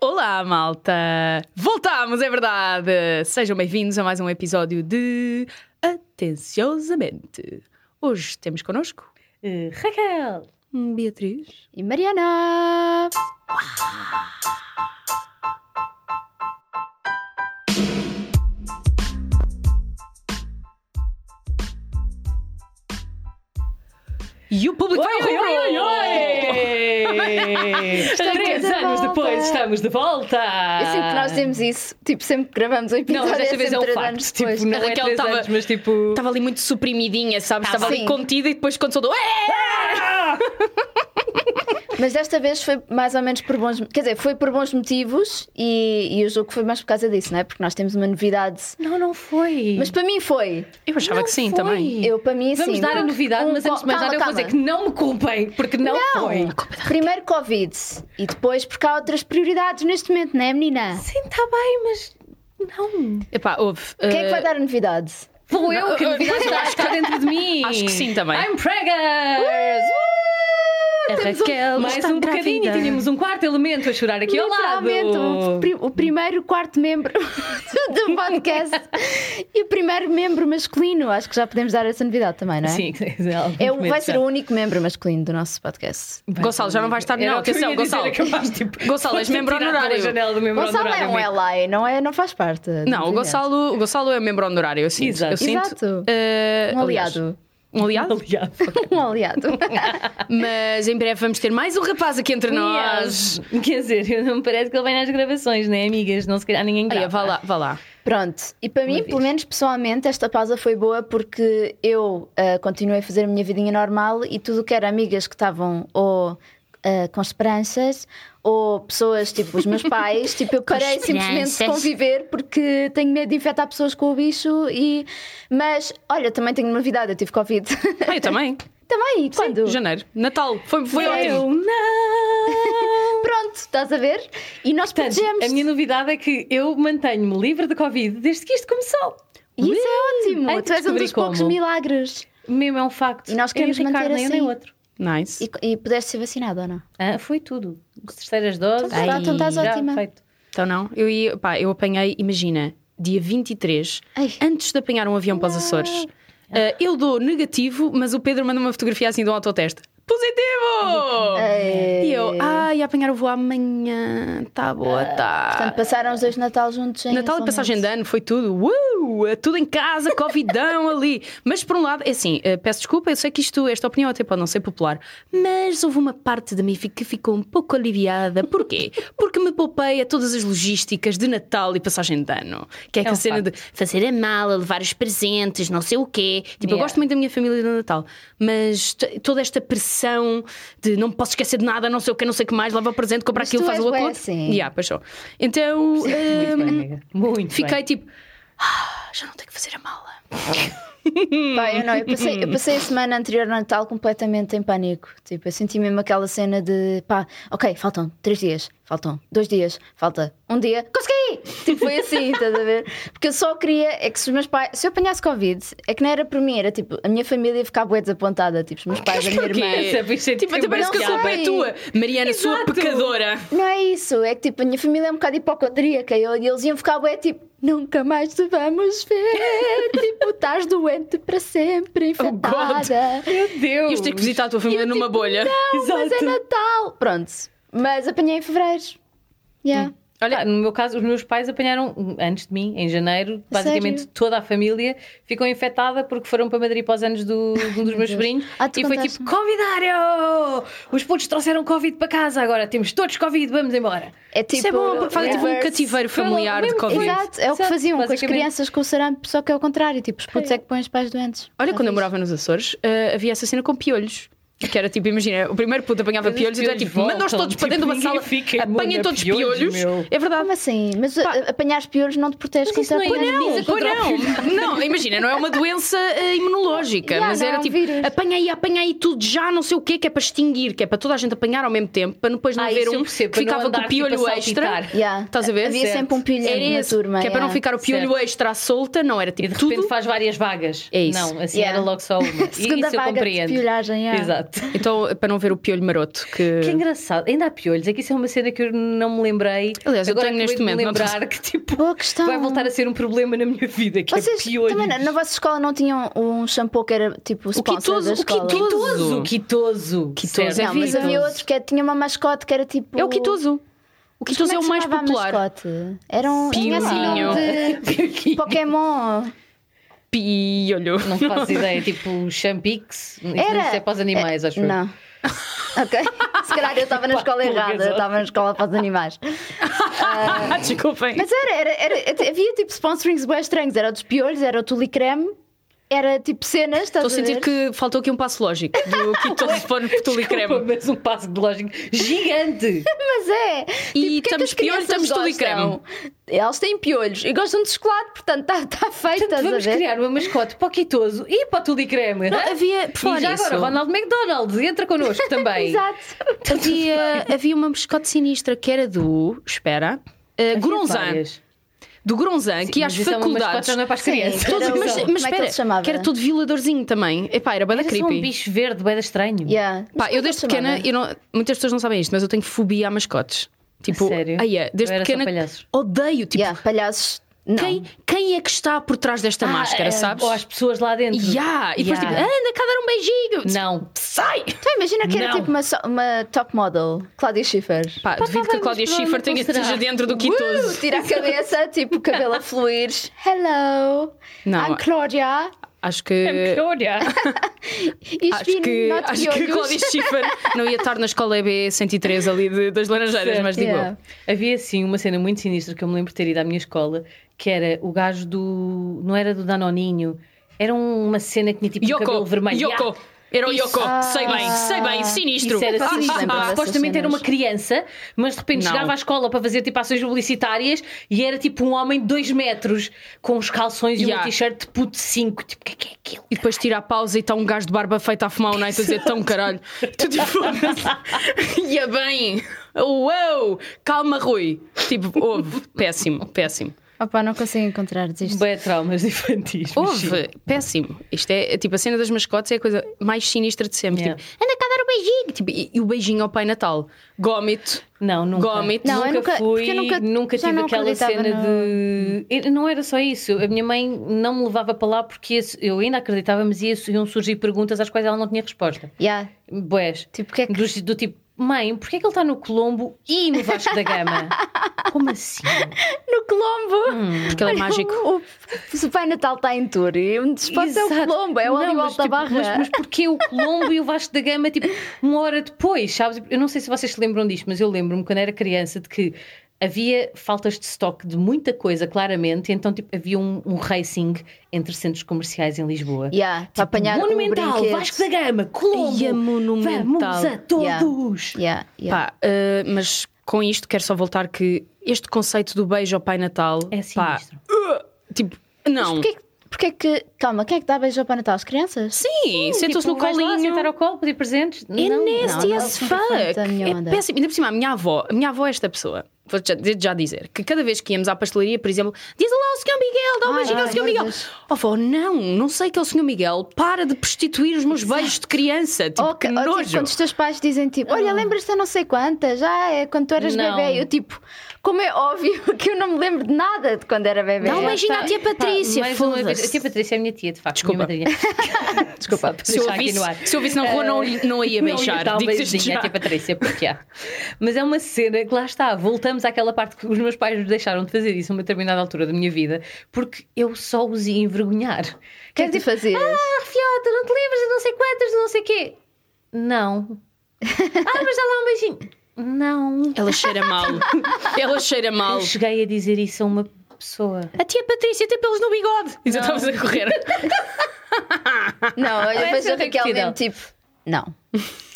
Olá, malta! Voltámos, é verdade! Sejam bem-vindos a mais um episódio de Atenciosamente. Hoje temos connosco Eh, Raquel Beatriz. e Mariana. E o público Oi, vai ao oi, rubro! oi, oi! Três de anos volta. depois estamos de volta! Eu Sempre que nós dizemos isso, tipo, sempre que gravamos o episódio, Ah. Não, mas desta é vez é sempre um três facto. anos Tipo, depois. não A é Raquel três tava- anos, mas tipo. Estava ali muito suprimidinha, sabes? Tava. Estava ali Sim. contida e depois quando soltou... "É!" Mas desta vez foi mais ou menos por bons. Quer dizer, foi por bons motivos e, e o jogo foi mais por causa disso, não é? Porque nós temos uma novidade. Não, não foi. Mas para mim foi. Eu achava Não que sim foi. também. Eu, para mim, Vamos sim. dar a novidade, Um mas antes de mais co- nada eu vou calma, dizer que não me culpem, porque não, calma. foi. Não. Primeiro Covid e depois porque há outras prioridades neste momento, não é, menina? Sim, está bem, mas. Não. Epá, houve... Quem é eh, que vai dar a novidade? Vou eu que eu- a novidade está, está dentro de mim. Acho que sim também. I'm preggers! a Raquel Mais está um bocadinho e grávida. tínhamos um quarto elemento a chorar aqui ao Literalmente, um o, lado. pri- o primeiro quarto membro do podcast e o primeiro membro masculino. Acho que já podemos dar essa novidade também, não é? Sim, É, o- vai ser o único membro masculino do nosso podcast. Gonçalo, já não vais estar- não, atenção, Gonçalo. é tipo, Gonçalo, és membro honorário. Gonçalo é um LA, não, é, não faz parte. Não, o Gonçalo, o Gonçalo é membro honorário, eu sinto. Exato. Eu sinto Exato. eh, Um aliás, aliado. um aliado? Aliado. Um aliado. Mas em breve vamos ter mais um rapaz aqui entre nós. Quer dizer, eu não me parece que ele vem nas gravações, né, amigas? Não se calhar ninguém grava. Olha, vá lá, vá lá. Pronto, e para mim, vez. pelo menos pessoalmente, esta pausa foi boa porque eu ah, continuei a fazer a minha vidinha normal e tudo o que era amigas que estavam ou ah, com esperanças ou pessoas tipo os meus pais, tipo eu parei simplesmente de conviver porque tenho medo de infectar pessoas com o bicho e... Mas, olha, também tenho novidade, eu tive Covid. Ah, eu também. também, quando? Janeiro. Natal. Foi, foi Eu ótimo. não! Pronto, estás a ver? E nós Portanto, protegemos. a minha novidade é que eu mantenho-me livre de Covid desde que isto começou. E isso é ótimo. Ai, tu és um descobri dos poucos como. milagres. Mesmo é um facto. E nós queremos eu e Ricardo, manter nem um nem assim. outro. Nice. E, e pudeste ser vacinada ou não? Ah, foi tudo. Terceiras doses. Então, tá, então estás já ótima. feito. Então não, eu ia, pá, eu apanhei, imagina, dia 23, Ai. antes de apanhar um avião para os Açores. Ah, eu dou negativo, mas o Pedro manda uma fotografia assim de um autoteste. Positivo! Ai. E eu, ai, a apanhar o voo amanhã. Tá boa, tá. Portanto, passaram os dois Natal juntos em Natal e isolamento. passagem de ano foi tudo. Uau! É Tudo em casa, Covidão ali. Mas por um lado, é assim, eh, peço desculpa, eu sei que isto, esta opinião até pode não ser popular, mas houve uma parte de mim fi- que ficou um pouco aliviada. Porquê? Porque me poupei a todas as logísticas de Natal e passagem de ano. Que é, que um a cena de fazer a mala, levar os presentes, não sei o quê. Tipo, eu Yeah. gosto muito da minha família no Natal, mas t- toda esta pressão de não me posso esquecer de nada, não sei o quê, não sei o que mais, leva o presente, compra Mas aquilo, tu faz és o bué outro. assim. Yeah, pois sou. Então. Muito bem, hum, amiga. Muito Fiquei bem. tipo, "Ah, já não tenho que fazer a mala. Pá, eu, não, eu, passei, eu passei a semana anterior ao Natal completamente em pânico. Tipo, eu senti mesmo aquela cena de pá, ok, faltam três dias, faltam dois dias, falta um dia, consegui! Tipo, foi assim, estás a ver? Porque eu só queria é que se os meus pais, se eu apanhasse Covid, é que não era para mim, era tipo, a minha família ia ficar bué desapontada, tipo, os meus pais, a minha irmã. Essa foi sempre tipo, até parece que a piada. culpa é tua. Mariana, sua Exato. pecadora. Não é isso, é que tipo, a minha família é um bocado hipocondríaca e eu- e eles iam ficar bué tipo, nunca mais te vamos ver, tipo, estás doente para sempre, infectada. Meu Deus! Ias ter que visitar a tua família Eu, numa tipo, bolha. Exato. Mas é Natal! Pronto, mas apanhei em fevereiro. Yeah. Olha, no meu caso, os meus pais apanharam, um, antes de mim, em janeiro, basicamente sério? toda a família ficou infectada porque foram para Madrid para os anos do, de um dos meus sobrinhos Ah, tu e foi contaste-me. tipo: Covidário! Os putos trouxeram Covid para casa agora, temos todos Covid, vamos embora. É tipo. Isso é bom, porque fazem tipo um reverse. cativeiro Foi familiar logo de mesmo, Covid. Exato, é o que Exato, faziam com as basicamente. crianças com o sarampo, só que é o contrário, tipo, os putos é que põem os pais doentes. Ah, Olha, Já quando eu fiz. morava nos Açores, eh, havia essa cena com piolhos. Que era tipo, imagina, o primeiro puto apanhava Mas os piolhos e tu é piolhos tipo, manda-os voltam, todos para tipo, dentro de uma ninguém sala, fica imune apanhem a todos piolhos. piolhos, meu. É verdade. Como assim? Mas a- a- apanhar os piolhos não te protege Mas isso contra não é apanhar nada. ninguém. Não, pois não. Não, imagina, não é uma doença eh, imunológica, Yeah, mas não, é era um tipo, vírus. apanha aí, apanha aí tudo já, não sei o quê, que é para extinguir, que é para toda a gente apanhar ao mesmo tempo, para depois não Ah, haver isso eu um percebo, que para não ficava com andar, o tipo, a piolho extra. saltitar. Yeah. Estás a ver? Havia Certo. sempre um Era piolhinho na esse, turma. que é para yeah. não ficar o piolho Certo. extra à solta, não era E tipo de repente tudo. faz várias vagas. É isso. Não, assim Yeah. era logo só uma. E Segunda isso eu vaga de compreendo. piolhagem, yeah. Exato. Exato. Então, para não ver o piolho maroto, que. Que engraçado. Ainda há piolhos. É que isso é uma cena que eu não me lembrei. Aliás, eu Agora tenho neste acabei de me momento, não tenho- lembrar que tipo, Boa questão. vai voltar a ser um problema na minha vida, que Então- Vocês é piolhos. também na, na vossa escola não tinham um shampoo que era tipo O sponsor Quitoso, da o escola? Quitoso. Quitoso, quitoso. Quitoso, Certo. é Não, mas vida. havia outro que era- tinha uma mascote que era tipo. É o Quitoso. O Mas como Quitoso é o que mais chamava a popular. mascote? Era um. Tinha assim Pinguinho. nome de Pokémon. Piolho. Não faço ideia, tipo Champix. Era- Isso é para os animais, acho eu. Não. Ok? Se calhar eu estava na escola errada, eu estava na escola para os animais. Ah, desculpem. Mas era, era, era- havia tipo sponsorings bem estranhos, era o dos piolhos, era o tulicreme, era tipo cenas, estás Estou a a sentir ver? que faltou aqui um passo lógico do Quitoso para o Petuli Desculpa, Creme. mas um passo de lógico gigante. Mas é! E porque é estamos que as piolho, crianças estamos gostam? Elas têm piolhos e gostam de chocolate, portanto está tá feito, Portanto, estás a vamos ver? criar uma mascote para o Quitoso e para o Tudo e Creme. Não, havia, por falar e já nisso, agora, Ronald McDonald, entra connosco também. Exato. havia, havia uma mascote sinistra que era do. Espera. eh, Gronzan. Várias. Do Gronzan, que ia às Mas isso é uma mascote, faculdades. já não é para as Sim, crianças. Era Todos- o- mas como mas é que ele espera, se chamava? que era todo violadorzinho também. Epá, era bem Era só creepy. um bicho verde, bem estranho. Yeah. Mas Pá, como eu é que desde ele se pequena, chamava? eu não- muitas pessoas não sabem isto, mas eu tenho fobia a mascotes. Tipo, sério? ai, é, desde Eu era só pequena palhaço. odeio, tipo, Yeah, palhaços. Não. quem, quem é que está por trás desta Ah, máscara, é, sabes? Ou as pessoas lá dentro. Yeah. E depois Yeah. tipo, anda cá dar um beijinho. Não. Sai! Então imagina que era Não. tipo uma, so- uma top model, Cláudia Schiffer. Pá, tá duvido que a Cláudia Schiffer tenha provavelmente não esteja será. dentro do Uh, quitoso. tira a cabeça, tipo cabelo a fluir. Hello, Não. I'm Cláudia. Acho É Eh, que. Olha. Acho que, acho que a Cláudia Schiffer não ia estar na escola EB 103 ali de- das Laranjeiras, Certo. mas digo. Yeah. Havia assim uma cena muito sinistra que eu me lembro de ter ido à minha escola, que era o gajo do. Não era do Danoninho, era uma cena que tinha tipo um Yoko, cabelo vermelho. Yoko. Yeah. Era o Isso. Ah. Yoko. Sei bem, sei bem, sinistro. Ah, Isso era Vocês sinistro. lembram dessas Ah, Supostamente era cenas? uma criança, mas de repente Não. chegava à escola para fazer tipo ações publicitárias e era tipo um homem de 2 metros com os calções e Yeah. uma t-shirt de puto 5. Tipo, o que é que é aquilo? E depois tira a pausa e está um gajo de barba feita a fumar o night a dizer tão caralho. Tu tipo. Ia bem! Uou! Calma, Rui! Tipo, houve. Péssimo, péssimo. Opa, não consigo encontrar, desisto. Bem, traumas infantis. mas sim. Houve, péssimo. Isto é, é tipo, a cena das mascotes é a coisa mais sinistra de sempre. Yeah. Tipo, anda cá dar o beijinho. Tipo, e, e o beijinho ao Pai Natal. Gómito. Não, nunca. Gómito. Não, eu nunca, nunca- fui, porque eu nunca, nunca- já tive não aquela acreditava cena de. Eu- Não era só isso. A minha mãe não me levava para lá porque ia- eu ainda acreditava, mas ia- iam surgir perguntas às quais ela não tinha resposta. Yeah. Boés. Tipo, o que é que- Do, do tipo, mãe, porquê é que ele está no Colombo e no Vasco da Gama? Hum. Como assim? No Colombo! Porque ele é Olha, mágico. O, o, o Pai Natal está em tour e um dos spots é o Exato. Colombo, é o Não, Alio mas, Alta tipo, Barra. Mas, mas porquê o Colombo e o Vasco da Gama, tipo, uma hora depois, sabes? Eu não sei se vocês se lembram disto, mas eu lembro-me quando era criança de que havia faltas de estoque de muita coisa, claramente, então, tipo, havia um, um racing entre centros comerciais em Lisboa. Yeah, para apanhar tipo, monumental, o brinquedo. Vasco da Gama, Colombo, Ia monumental. vamos a todos! Yeah, yeah. Pá, uh, mas com isto quero só voltar que este conceito do beijo ao Pai Natal. É pá, sinistro. tipo, não. Porquê, que- porquê que. Calma, quem é que dá beijo ao Pai Natal? As crianças? Sim, sentou-se Tipo, no vais lá colinho. sentar ao colo, pedir presentes? É Não, nasty não, as não, fuck. não, É não, não, não, não. péssimo. Ainda por cima, a minha avó, a minha avó é esta pessoa. Vou já, desde já dizer que cada vez que íamos à pastelaria, por exemplo, diz lá ao Sr. Miguel, dá um Ai, beijinho ao ai, Sr. Miguel. coisas. Oh, vó, não, não sei que é o Sr. Miguel, para de prostituir os meus beijos de criança. Tipo, Ou, que- que ou, tipo, nojo. quando os teus pais dizem tipo, olha, lembras-te a não sei quantas, já é quando tu eras Ah. Não. bebê. Eu tipo, como é óbvio que eu não me lembro de nada de quando era bebê. Dá um beijinho à tia Patrícia, Pá, mais uma vez, foda-se. A tia Patrícia é a minha tia, de facto. Desculpa. Minha madrinha. Desculpa, para se eu deixar aqui ouvisse, no ar. se eu ouvisse na rua, não, não a ia Não ia beijar. dar um Digo-te isto beijinho à já. tia Patrícia, porque há. Mas é uma cena que lá está, voltamos àquela parte que os meus pais nos deixaram de fazer isso a uma determinada altura da minha vida, porque eu só os ia envergonhar. O que é que tu fazias? Ah, fiota, não te lembras de não sei quantas, de não sei quê. Não. Ah, mas dá lá um beijinho. Não. Ela cheira mal. Ela cheira mal. Eu cheguei a dizer isso a uma pessoa. A tia Patrícia tem pelos no bigode. E já estavas a correr. Não, eu Parece depois eu ser Raquel repetida. mesmo tipo, não,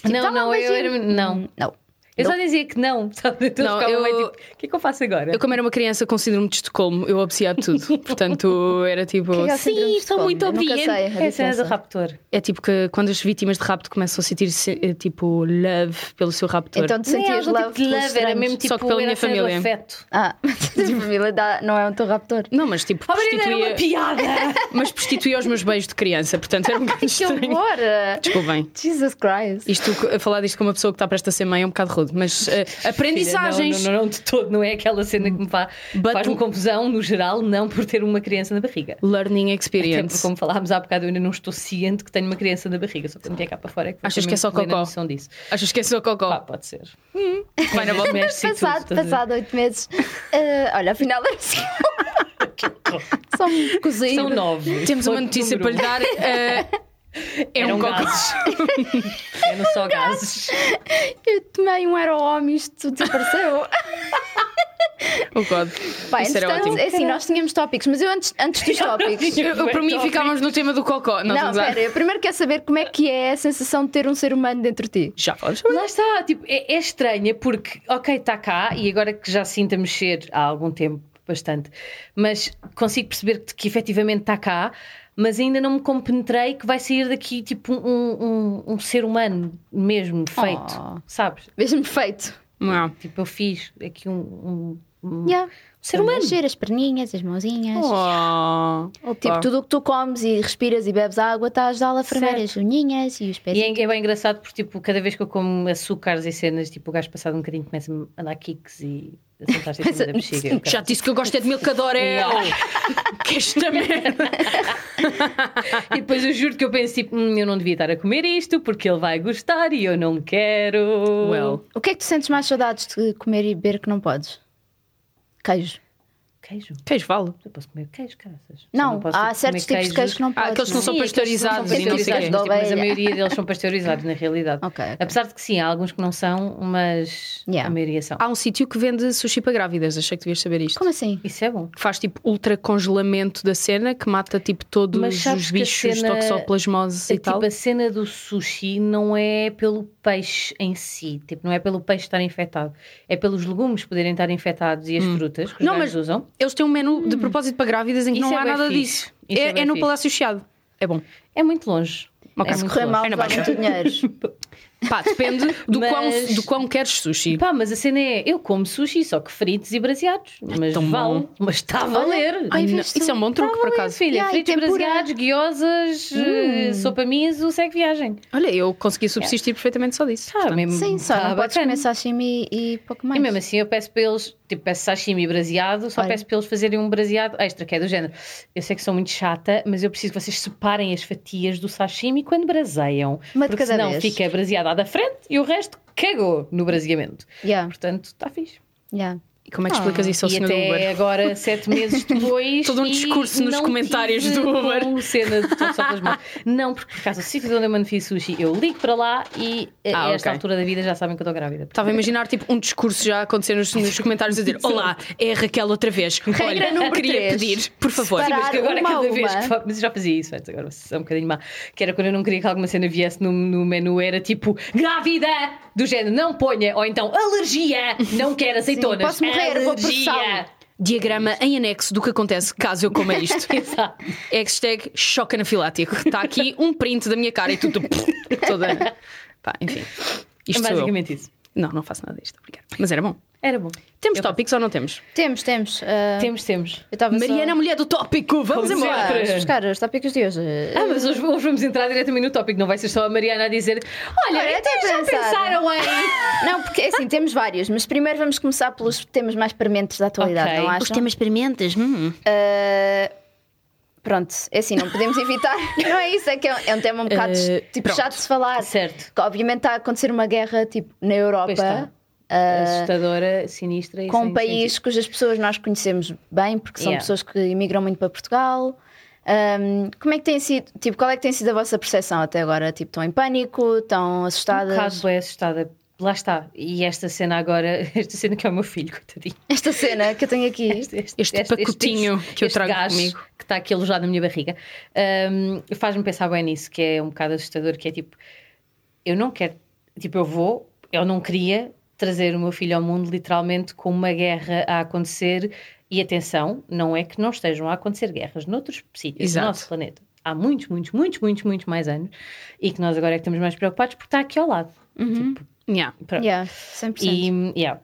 não, dá lá um não, eu era. beijinho. Não. não. Eu só dizia que não, sabe? Então Não, ficava eu- meio tipo, o que é que eu faço agora? Eu, como era uma criança com síndrome de Estocolmo, eu obsecia tudo. Portanto, era tipo. que é o síndrome de Sim, sou Estocolmo? muito Eu nunca obediente. sei a É a cena diferença. do raptor. É tipo que quando as vítimas de rapto começam a sentir se- eh, tipo love pelo seu raptor. Então tu Nem sentias algum love tipo de pelos love, era estranhos? mesmo tipo Só que pela era minha a cena do família. afeto. Ah, mas a tua família dá- não é um teu raptor. não, mas tipo, Ah, Marina, era é uma prostituía, piada! mas prostituía os meus beijos de criança, portanto era um bocado Que estranho. horror! Desculpem. Jesus Christ. Isto, a falar disto com uma pessoa que está prestes a ser mãe é um bocado rude, mas eh, aprendizagens. Filha, Não, não, não, não, de todo, não é aquela cena que me faz, But- faz-me confusão, no geral, não por ter uma criança na barriga. Learning Até porque, É experience. como falámos há bocado, eu ainda não estou ciente que tenho uma criança na barriga, só quando é cá para fora é que vou Achas ter que é só plena cocó? noção disso. Achas que é só Pá, cocó? pode ser. Vai na é. volta. é Passado, passado oito meses. Ah, olha, afinal era assim. Só um cozido. São nove. Temos Foi uma notícia número para um. lhe dar. eh, é Eram um cocó. gases. Eram só gases. Eu tomei um aerohome e isto tudo desapareceu. Oh God. Pá, Isso era entretanto, ótimo. é assim, nós tínhamos tópicos, mas eu antes, antes dos tópicos. Eu, eu, para mim Tópico. ficávamos no tema do cocó. Não, Não, vamos lá. espera, eu primeiro quero saber como é que é a sensação de ter um ser humano dentro de ti. Já podes. Lá está, tipo, é, é estranha porque, ok, está cá e agora que já sinto a mexer há algum tempo, bastante, mas consigo perceber que, que efetivamente está cá, mas ainda não me compenetrei que vai sair daqui tipo um, um, um ser humano mesmo, feito, Oh. sabes? Mesmo feito. Não. Tipo, eu fiz aqui um. um, um Yeah. Ser humano. Mexer as perninhas, as mãozinhas. Oh. Tipo, Opa. tudo o que tu comes e respiras e bebes água está a ajudá-la a formar Certo. as unhinhas e os pés. E é, é bem engraçado porque, tipo, cada vez que eu como açúcares e cenas, tipo, o gajo passado um bocadinho começa a dar kicks e a sentar-se em cima da bexiga. Eu, Já te disse que eu gosto é de Milcadorel! que é esta merda! E depois eu juro que eu penso tipo, "Hum, eu não devia estar a comer isto porque ele vai gostar e eu não quero. Well. O que é que tu sentes mais saudades de comer e beber que não podes? Queijo. Queijo. Queijos vale. Eu posso comer queijo, caraças. Só Não, posso, há tipo, certos comer tipos de queijo que não Ah, podes. aqueles que não são Sim, aqueles que pasteurizados e não sei o quê. pasteurizados, quê. mas, tipo, mas a Ovelha. maioria deles são pasteurizados, na realidade. Ok, ok. Apesar de que sim, há alguns que não são, mas Yeah. a maioria são. Há um sítio que vende sushi para grávidas, achei que devias saber isto. Como assim? Isso é bom. Que faz tipo ultracongelamento da cena, que mata tipo Mas todos sabes os que a bichos, cena- toxoplasmoses É, e tal. Tipo, a cena do sushi não é pelo peixe em si, tipo, não é pelo peixe estar infectado, é pelos legumes poderem estar infectados e as frutas que os Hum. Não, gajos mas- usam. Eles têm um menu de propósito para grávidas em que Hum. Isso não é há bué nada fixe. disso. Isso é É, bué é no fixe. Palácio Chiado. É bom. É muito longe. Ok. É Se muito correr longe. mal, É na dá Baixa. muito dinheiro. Pá, depende do Mas- quão, do quão queres sushi. Pá, mas a cena é, eu como sushi só que fritos e braseados, mas tão vale, bom. mas está a valer. Ai, Não, viste? isso é um bom Tá truque, por acaso. Filha, ai, fritos, tempura. Hum. braseados, guiosas, eh, sopa miso, segue viagem. Olha, eu consegui subsistir perfeitamente só disso. Tá, mesmo, Sim, só tá não podes bacana. comer sashimi e pouco mais. E mesmo assim eu peço para eles, tipo, peço sashimi braseado, só Olha. peço para eles fazerem um braseado extra, que é do género. Eu sei que sou muito chata, mas eu preciso que vocês separem as fatias do sashimi quando braseiam. Uma de porque cada senão vez. fica braseada à da frente e o resto cagou no braseamento. Yeah, Portanto, está fixe. yeah. E como é que explicas isso ao e senhor até do Uber? agora, sete meses depois. Todo um e discurso nos não comentários tive do Uber. com Cena de toxoplasmose. não, porque por acaso o sítio de onde eu mando fiz sushi, eu ligo para lá e eh, a Ah, a esta ok. altura da vida já sabem que eu estou grávida. Estava a imaginar tipo um discurso já a acontecer nos, nos comentários a dizer Olá, é a Raquel outra vez. Olha, número queria três. pedir, por favor. Separar- Mas que agora Tá Uma a cada vez uma. que fa- Mas eu já fazia isso antes, agora vocês são um bocadinho má. Que era quando eu não queria que alguma cena viesse no, no menu, era tipo grávida! Do género, não ponha, ou então alergia, não quer azeitonas. posso morrer, vou alergia. processá-lo. Diagrama em anexo do que acontece caso eu coma isto. Exato. É Hashtag choque anafilático. Está aqui um print da minha cara e tudo toda. Pá, enfim. Isto é sou eu. basicamente isso. Não, não faço nada disto, obrigada. Mas era bom. Era bom. Temos Eu tópicos ou não temos? Temos, temos. ah, Temos, temos. eu estava Mariana, mulher do tópico, vamos Como embora. sempre. só a buscar os tópicos de hoje. Ah, mas hoje, hoje vamos entrar diretamente no tópico, não vai ser só a Mariana a dizer: Olha, Olha, então até já pensaram. pensaram em. Não, porque assim, temos vários, mas primeiro vamos começar pelos temas mais prementes da atualidade, Ok. não acham? Os temas permentes. Hum. Ah, pronto, é assim, não podemos evitar. não é isso, é que é um, é um tema um bocado Eh, tipo, pronto. chato de se falar. Certo. Que, Obviamente está a acontecer uma guerra tipo, na Europa. Pois está. ah, Assustadora, sinistra e com sem um país cujas pessoas nós conhecemos bem, porque são Yeah. pessoas que imigram muito para Portugal. Um, como é que tem sido, tipo, qual é que tem sido a vossa percepção até agora? Tipo, estão em pânico, estão Um assustadas? bocado é assustada. Lá está. E esta cena agora, esta cena que é o meu filho, coitadinho. Esta cena que eu tenho aqui. Este pacotinho que eu trago gajo comigo. Que está aqui alojado na minha barriga. Ahm, Faz-me pensar bem nisso, que é um bocado assustador, que é tipo, eu não quero, tipo, eu vou, eu não queria, trazer o meu filho ao mundo literalmente com uma guerra a acontecer. E atenção, não é que não estejam a acontecer guerras noutros sítios Exato. do nosso planeta. Há muitos, muitos, muitos, muitos, muitos mais anos. E que nós agora é que estamos mais preocupados porque está aqui ao lado. Uhum. Yeah. Pronto. Yeah, 100%. E, yeah.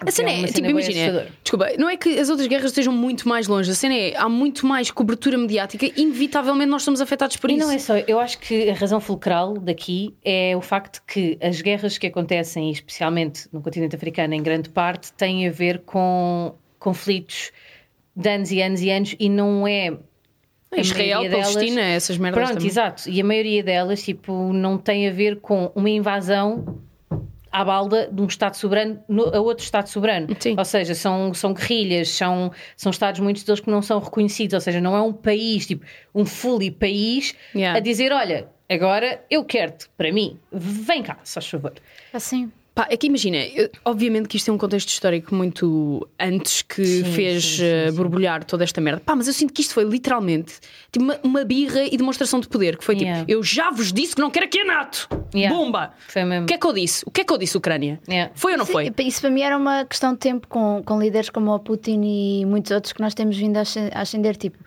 A cena é, uma tipo, bué imagina, assustadora. desculpa, não é que as outras guerras estejam muito mais longe, a cena é, há muito mais cobertura mediática, inevitavelmente nós somos afetados por E isso. não é só, eu acho que a razão fulcral daqui é o facto que as guerras que acontecem, e especialmente no continente africano, em grande parte, têm a ver com conflitos de anos e anos e anos, e não é. a Israel, maioria delas- Palestina, essas merdas Pronto, também. exato. E a maioria delas, tipo, não tem a ver com uma invasão à balda de um Estado soberano no- a outro Estado soberano. Sim. Ou seja, são, são guerrilhas, são, são Estados, muitos deles que não são reconhecidos. Ou seja, não é um país, tipo, um fully país Yeah. a dizer: olha, agora eu quero-te para mim, vem cá, só favor. Assim. Pá, é que imagina, eu- obviamente que isto é um contexto histórico muito antes que Sim, fez sim, sim, eh, sim. borbulhar toda esta merda. Pá, mas eu sinto que isto foi literalmente tipo, uma, uma birra e demonstração de poder, que foi tipo, Yeah. eu já vos disse que não quero aqui a NATO. Yeah. Bomba! Foi O mesmo. que é que eu disse? O que é que eu disse, Ucrânia? Yeah. Foi ou não foi? Sim, Isso para mim era uma questão de tempo com, com líderes como o Putin e muitos outros que nós temos vindo a asce- a ascender. Tipo,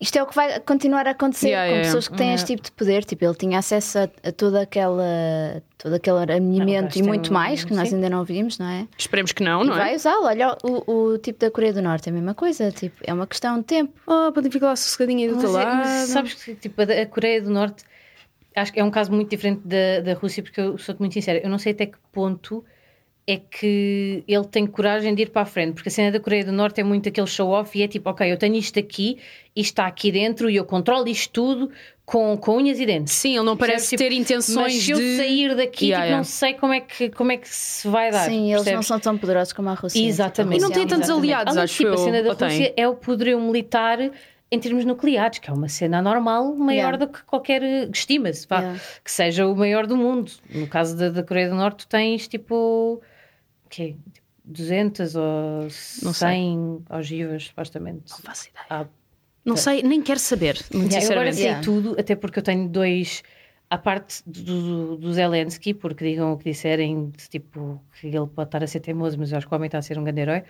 isto é o que vai continuar a acontecer Yeah, com yeah, pessoas que têm Uhum. este tipo de poder. Tipo, ele tinha acesso a, a toda aquela, todo aquele alinhamento gajo e tem muito um- mais que nós sim. ainda não vimos, não é? Esperemos que não, E não é? vai usá-lo. Olha, o, o tipo da Coreia do Norte é a mesma coisa. Tipo, é uma questão de tempo. Oh, podem ficar lá sossegadinha aí do Mas teu é- lado. mas sabes que tipo, a da- a Coreia do Norte acho que é um caso muito diferente da, da Rússia, porque eu sou-te muito sincera, eu não sei até que ponto é que ele tem coragem de ir para a frente, porque a cena da Coreia do Norte é muito aquele show-off e é tipo, ok, eu tenho isto aqui, isto está aqui dentro e eu controlo isto tudo com, com unhas e dentes. Sim, ele não parece Percebes? ter intenções Mas se eu de. sair daqui, Yeah, tipo, yeah. não sei como é, que, como é que se vai dar. Sim, eles não percebes? são tão poderosos como a Rússia. é um Exatamente. E não tem tem tantos aliados, Além de, acho tipo, eu. A cena da Ou tem? Rússia é o poderio militar em termos nucleares, que é uma cena anormal maior Yeah. do que qualquer. estima-se, vá, Yeah. que seja o maior do mundo. No caso da, da Coreia do Norte, tu tens tipo. quê? 200 ou Não 100 ogivas, supostamente. Não faço ideia. Ah, Não sei, nem quero saber, muito Yeah, eu agora sinceramente. sei Yeah. tudo, até porque eu tenho dois. A parte do, do, do Zelensky, porque digam o que disserem, de tipo, que ele pode estar a ser teimoso, mas eu acho que o homem está a ser um grande herói.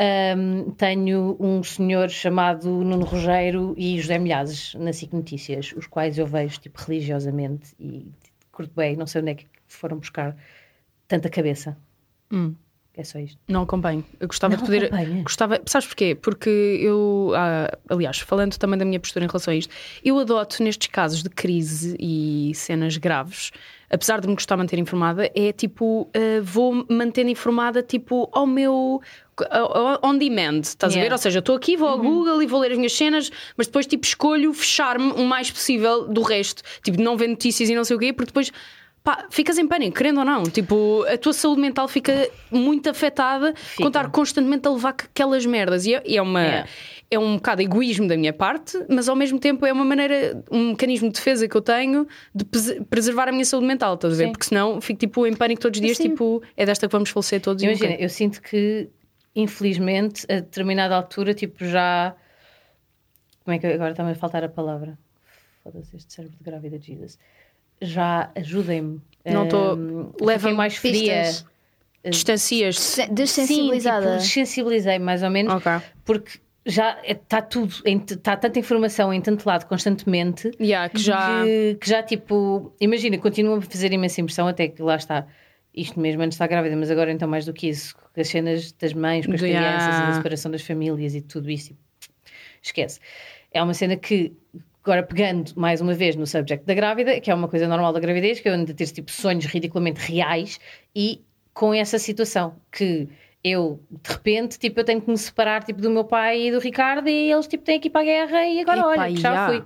Ahm, tenho um senhor chamado Nuno Rogério e José Milhazes na SIC Notícias, os quais eu vejo tipo, religiosamente e curto bem, não sei onde é que foram buscar tanta cabeça. Hum. É só isto. Não acompanho. Eu gostava Não de poder. acompanhas? Gostava... Sabes porquê? Porque eu, ah, aliás, falando também da minha postura em relação a isto, eu adoto nestes casos de crise e cenas graves, apesar de me gostar de manter informada, é tipo, ah, vou mantendo informada, tipo, ao meu. ao- ao- On demand, estás a Yeah. Uhum. ver? Ou seja, eu estou aqui, vou ao Google e vou ler as minhas cenas, mas depois, tipo, escolho fechar-me o mais possível do resto. Tipo, não ver notícias e não sei o quê, porque depois pá, ficas em pânico, querendo ou não. Tipo, a tua saúde mental fica muito afetada Fica. com estar constantemente a levar com aquelas merdas. E é, e é uma, É. é um bocado egoísmo da minha parte, mas ao mesmo tempo é uma maneira, um mecanismo de defesa que eu tenho de pres- preservar a minha saúde mental, estás a ver? Sim. Porque senão fico tipo em pânico todos os dias, Sim. tipo, é desta que vamos falecer todos e Imagina, nunca. eu sinto que, infelizmente, a determinada altura, tipo, já. Como é que eu- agora está-me a faltar a palavra? Foda-se, este cérebro de grávida, Jesus. Já ajudem-me. Não tô- hum, Ahm, leva-me fiquei mais fria. pistas. Distancias-te. Sim, Desensibilizada. tipo, sensibilizei mais ou menos, Ok. porque já está tudo, está tanta informação em tanto lado constantemente Yeah, que já. que, que já tipo, imagina, continua a fazer imensa impressão até que lá está. Isto mesmo antes está grávida, mas agora então mais do que isso, com as cenas das mães, com as Yeah. crianças, e a separação das famílias e tudo isso, esquece. É uma cena que, agora pegando mais uma vez no subject da grávida, que é uma coisa normal da gravidez, que é onde ter tipo sonhos ridiculamente reais e com essa situação que eu, de repente, tipo, eu tenho que me separar tipo, do meu pai e do Ricardo e eles tipo, têm aqui para a guerra e agora Epá, olha, que já yeah. fui.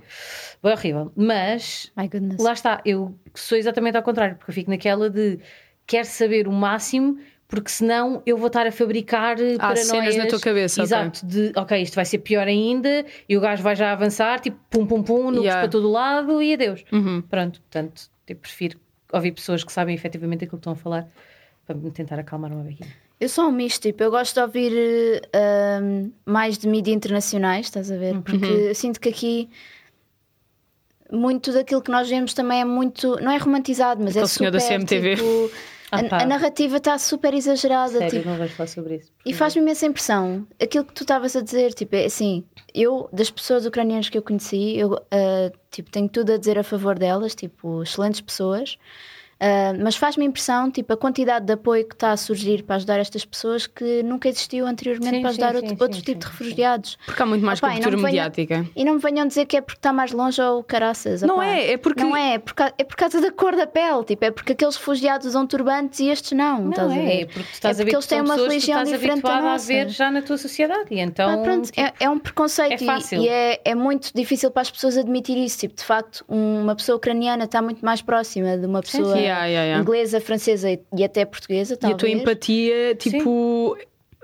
Foi horrível. Mas My goodness. Lá está, eu sou exatamente ao contrário, porque eu fico naquela de quero saber o máximo, porque senão eu vou estar a fabricar Há paranoias. cenas na tua cabeça, ok. Exato, de ok, isto vai ser pior ainda, e o gajo vai já avançar, tipo pum pum pum, números Yeah. para todo lado e adeus. Uhum. Pronto, portanto, eu prefiro ouvir pessoas que sabem efetivamente aquilo que estão a falar para me tentar acalmar uma bequinha. Eu sou um misto, tipo, eu gosto de ouvir eh, um, mais de mídia internacionais, estás a ver? Porque Uhum. eu sinto que aqui muito daquilo que nós vemos também é muito. Não é romantizado, mas Aquele é senhor super, da CMTV. tipo, Ah, A- pá. a, narrativa está super exagerada. Sério, tipo, não vais falar sobre isso. e faz-me imensa impressão. Aquilo que tu estavas a dizer, tipo, é assim, eu, das pessoas ucranianas que eu conheci, eu, ah, tipo, tenho tudo a dizer a favor delas, tipo, excelentes pessoas. Ah, mas faz-me impressão, tipo, a quantidade de apoio que está a surgir para ajudar estas pessoas que nunca existiu anteriormente Sim, para sim, ajudar sim, outro, sim, outro sim, tipo de sim. refugiados. Porque há muito mais Opá, e não cobertura me venha- mediática. E não me venham dizer que é porque está mais longe ou caraças. Não opá. é, é porque- Não é, é por, ca- é por causa da cor da pele, tipo, é porque aqueles refugiados usam turbantes e estes não. Não, estás a ver? é, porque tu estás É habitu- porque eles têm são uma pessoas que tu religião estás diferente da habituada a nossa. ver já na tua sociedade. E então, Pá, pronto, tipo, é, é um preconceito é e- fácil. e, é, é muito difícil para as pessoas admitir isso. Tipo, de facto, uma pessoa ucraniana está muito mais próxima de uma Sim, pessoa sim. Yeah, yeah, yeah. inglesa, francesa e, e até portuguesa. é. E a Talvez. tua empatia, tipo.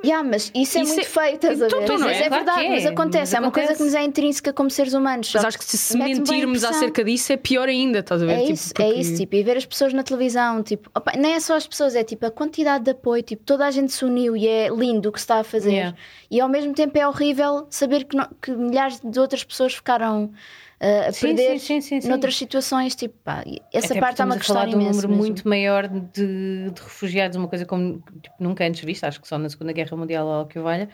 Yeah, mas isso é Isso muito é- feio, estás a Então, ver? então não Mas é, claro que verdade, é, mas acontece. mas é uma coisa que acontece. nos é intrínseca como seres humanos. Mas só acho que se- se mete-me bem a mentirmos impressão. acerca disso é pior ainda, estás a ver? É Tipo, isso, é porque- isso, tipo, e ver as pessoas na televisão, tipo, opa, nem é só as pessoas, é tipo a quantidade de apoio, tipo, toda a gente se uniu e é lindo o que se está a fazer. Yeah. E ao mesmo tempo é horrível saber que, no- que milhares de outras pessoas ficaram uh, a Sim, perder sim, sim, sim, sim. noutras situações, tipo, pá, e até essa porque parte está-me estamos a a falar custar de um imenso. número mesmo. muito maior de, de refugiados, uma coisa como tipo, nunca antes vista, acho que só na Segunda Guerra Mundial ou o que valha,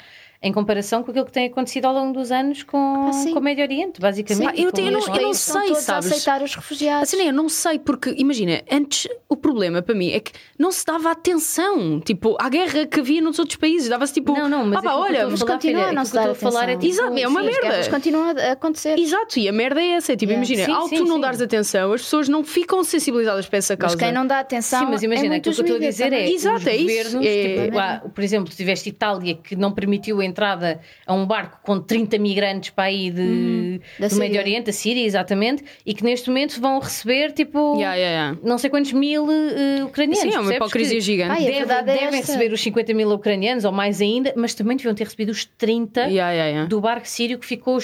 em comparação com aquilo que tem acontecido ao longo dos anos com, Ah, sim. com o Médio Oriente, basicamente. Sim. Ah, eu com tenho- eu E não- os este- eu não países Tipo, estão sei, todos sabes? a aceitar os refugiados. Assim, eu não sei, porque imagina, antes o problema para mim é que não se dava atenção, tipo, à guerra que havia nos outros países, dava-se tipo, Não, não, mas "Ah pá, aquilo que eu olha, estou mas falar, continua filha, a não se aquilo que dar eu estou a falar é atenção. tipo, Exato, é uma Sim, as merda. guerras continuam a a acontecer. Exato, e a merda é essa, é tipo, Yeah. imagina, Sim, ao sim, tu não sim. dares atenção, as pessoas não ficam sensibilizadas para essa Mas causa. quem não dá atenção. Sim, mas imagina, é aquilo muitos que eu estou a mídias dizer também. é Exato, os é isso. governos, É- tipo, lá, por exemplo, tu tiveste Itália que não permitiu a entrada a um barco com 30 migrantes para aí de, da do Médio Síria. Oriente, da Síria, exatamente, e que neste momento vão receber tipo Yeah, yeah, yeah. não sei quantos mil eh, ucranianos. Sim, é uma percebes? hipocrisia Que gigante. Ai, a Devem, verdade é devem esta. receber os 50 mil ucranianos ou mais ainda, mas também deviam ter recebido os 30 Yeah, yeah, yeah. do barco sírio que ficou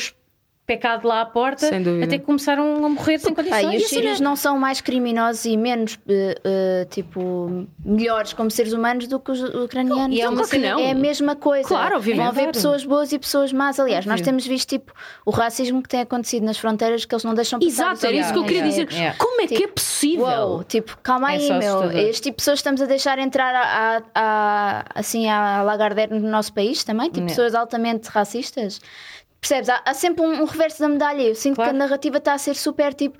especado lá à porta Sem dúvida. até que começaram a morrer sem Pá, condições. e E os assim, né? sírios não são mais criminosos e menos, eh, eh, tipo, melhores como seres humanos do que os ucranianos. E é uma Claro que cena- não. É a mesma coisa. Claro, obviamente. Vão haver Claro. pessoas boas e pessoas más. Aliás, nós Óbvio. temos visto, tipo, o racismo que tem acontecido nas fronteiras que eles não deixam passar os Exato, era isso que eu ucranianos. queria Yeah, dizer. yeah. Como é que é Tipo, possível? Uou, tipo, calma É aí, só meu. assustador. Este tipo de pessoas estamos a deixar entrar a, a- a- assim, a lagardeira no nosso país também, tipo, Não. pessoas altamente racistas. Percebes? Há, há sempre um, um reverso da medalha. Eu sinto Claro. que a narrativa está a ser super tipo,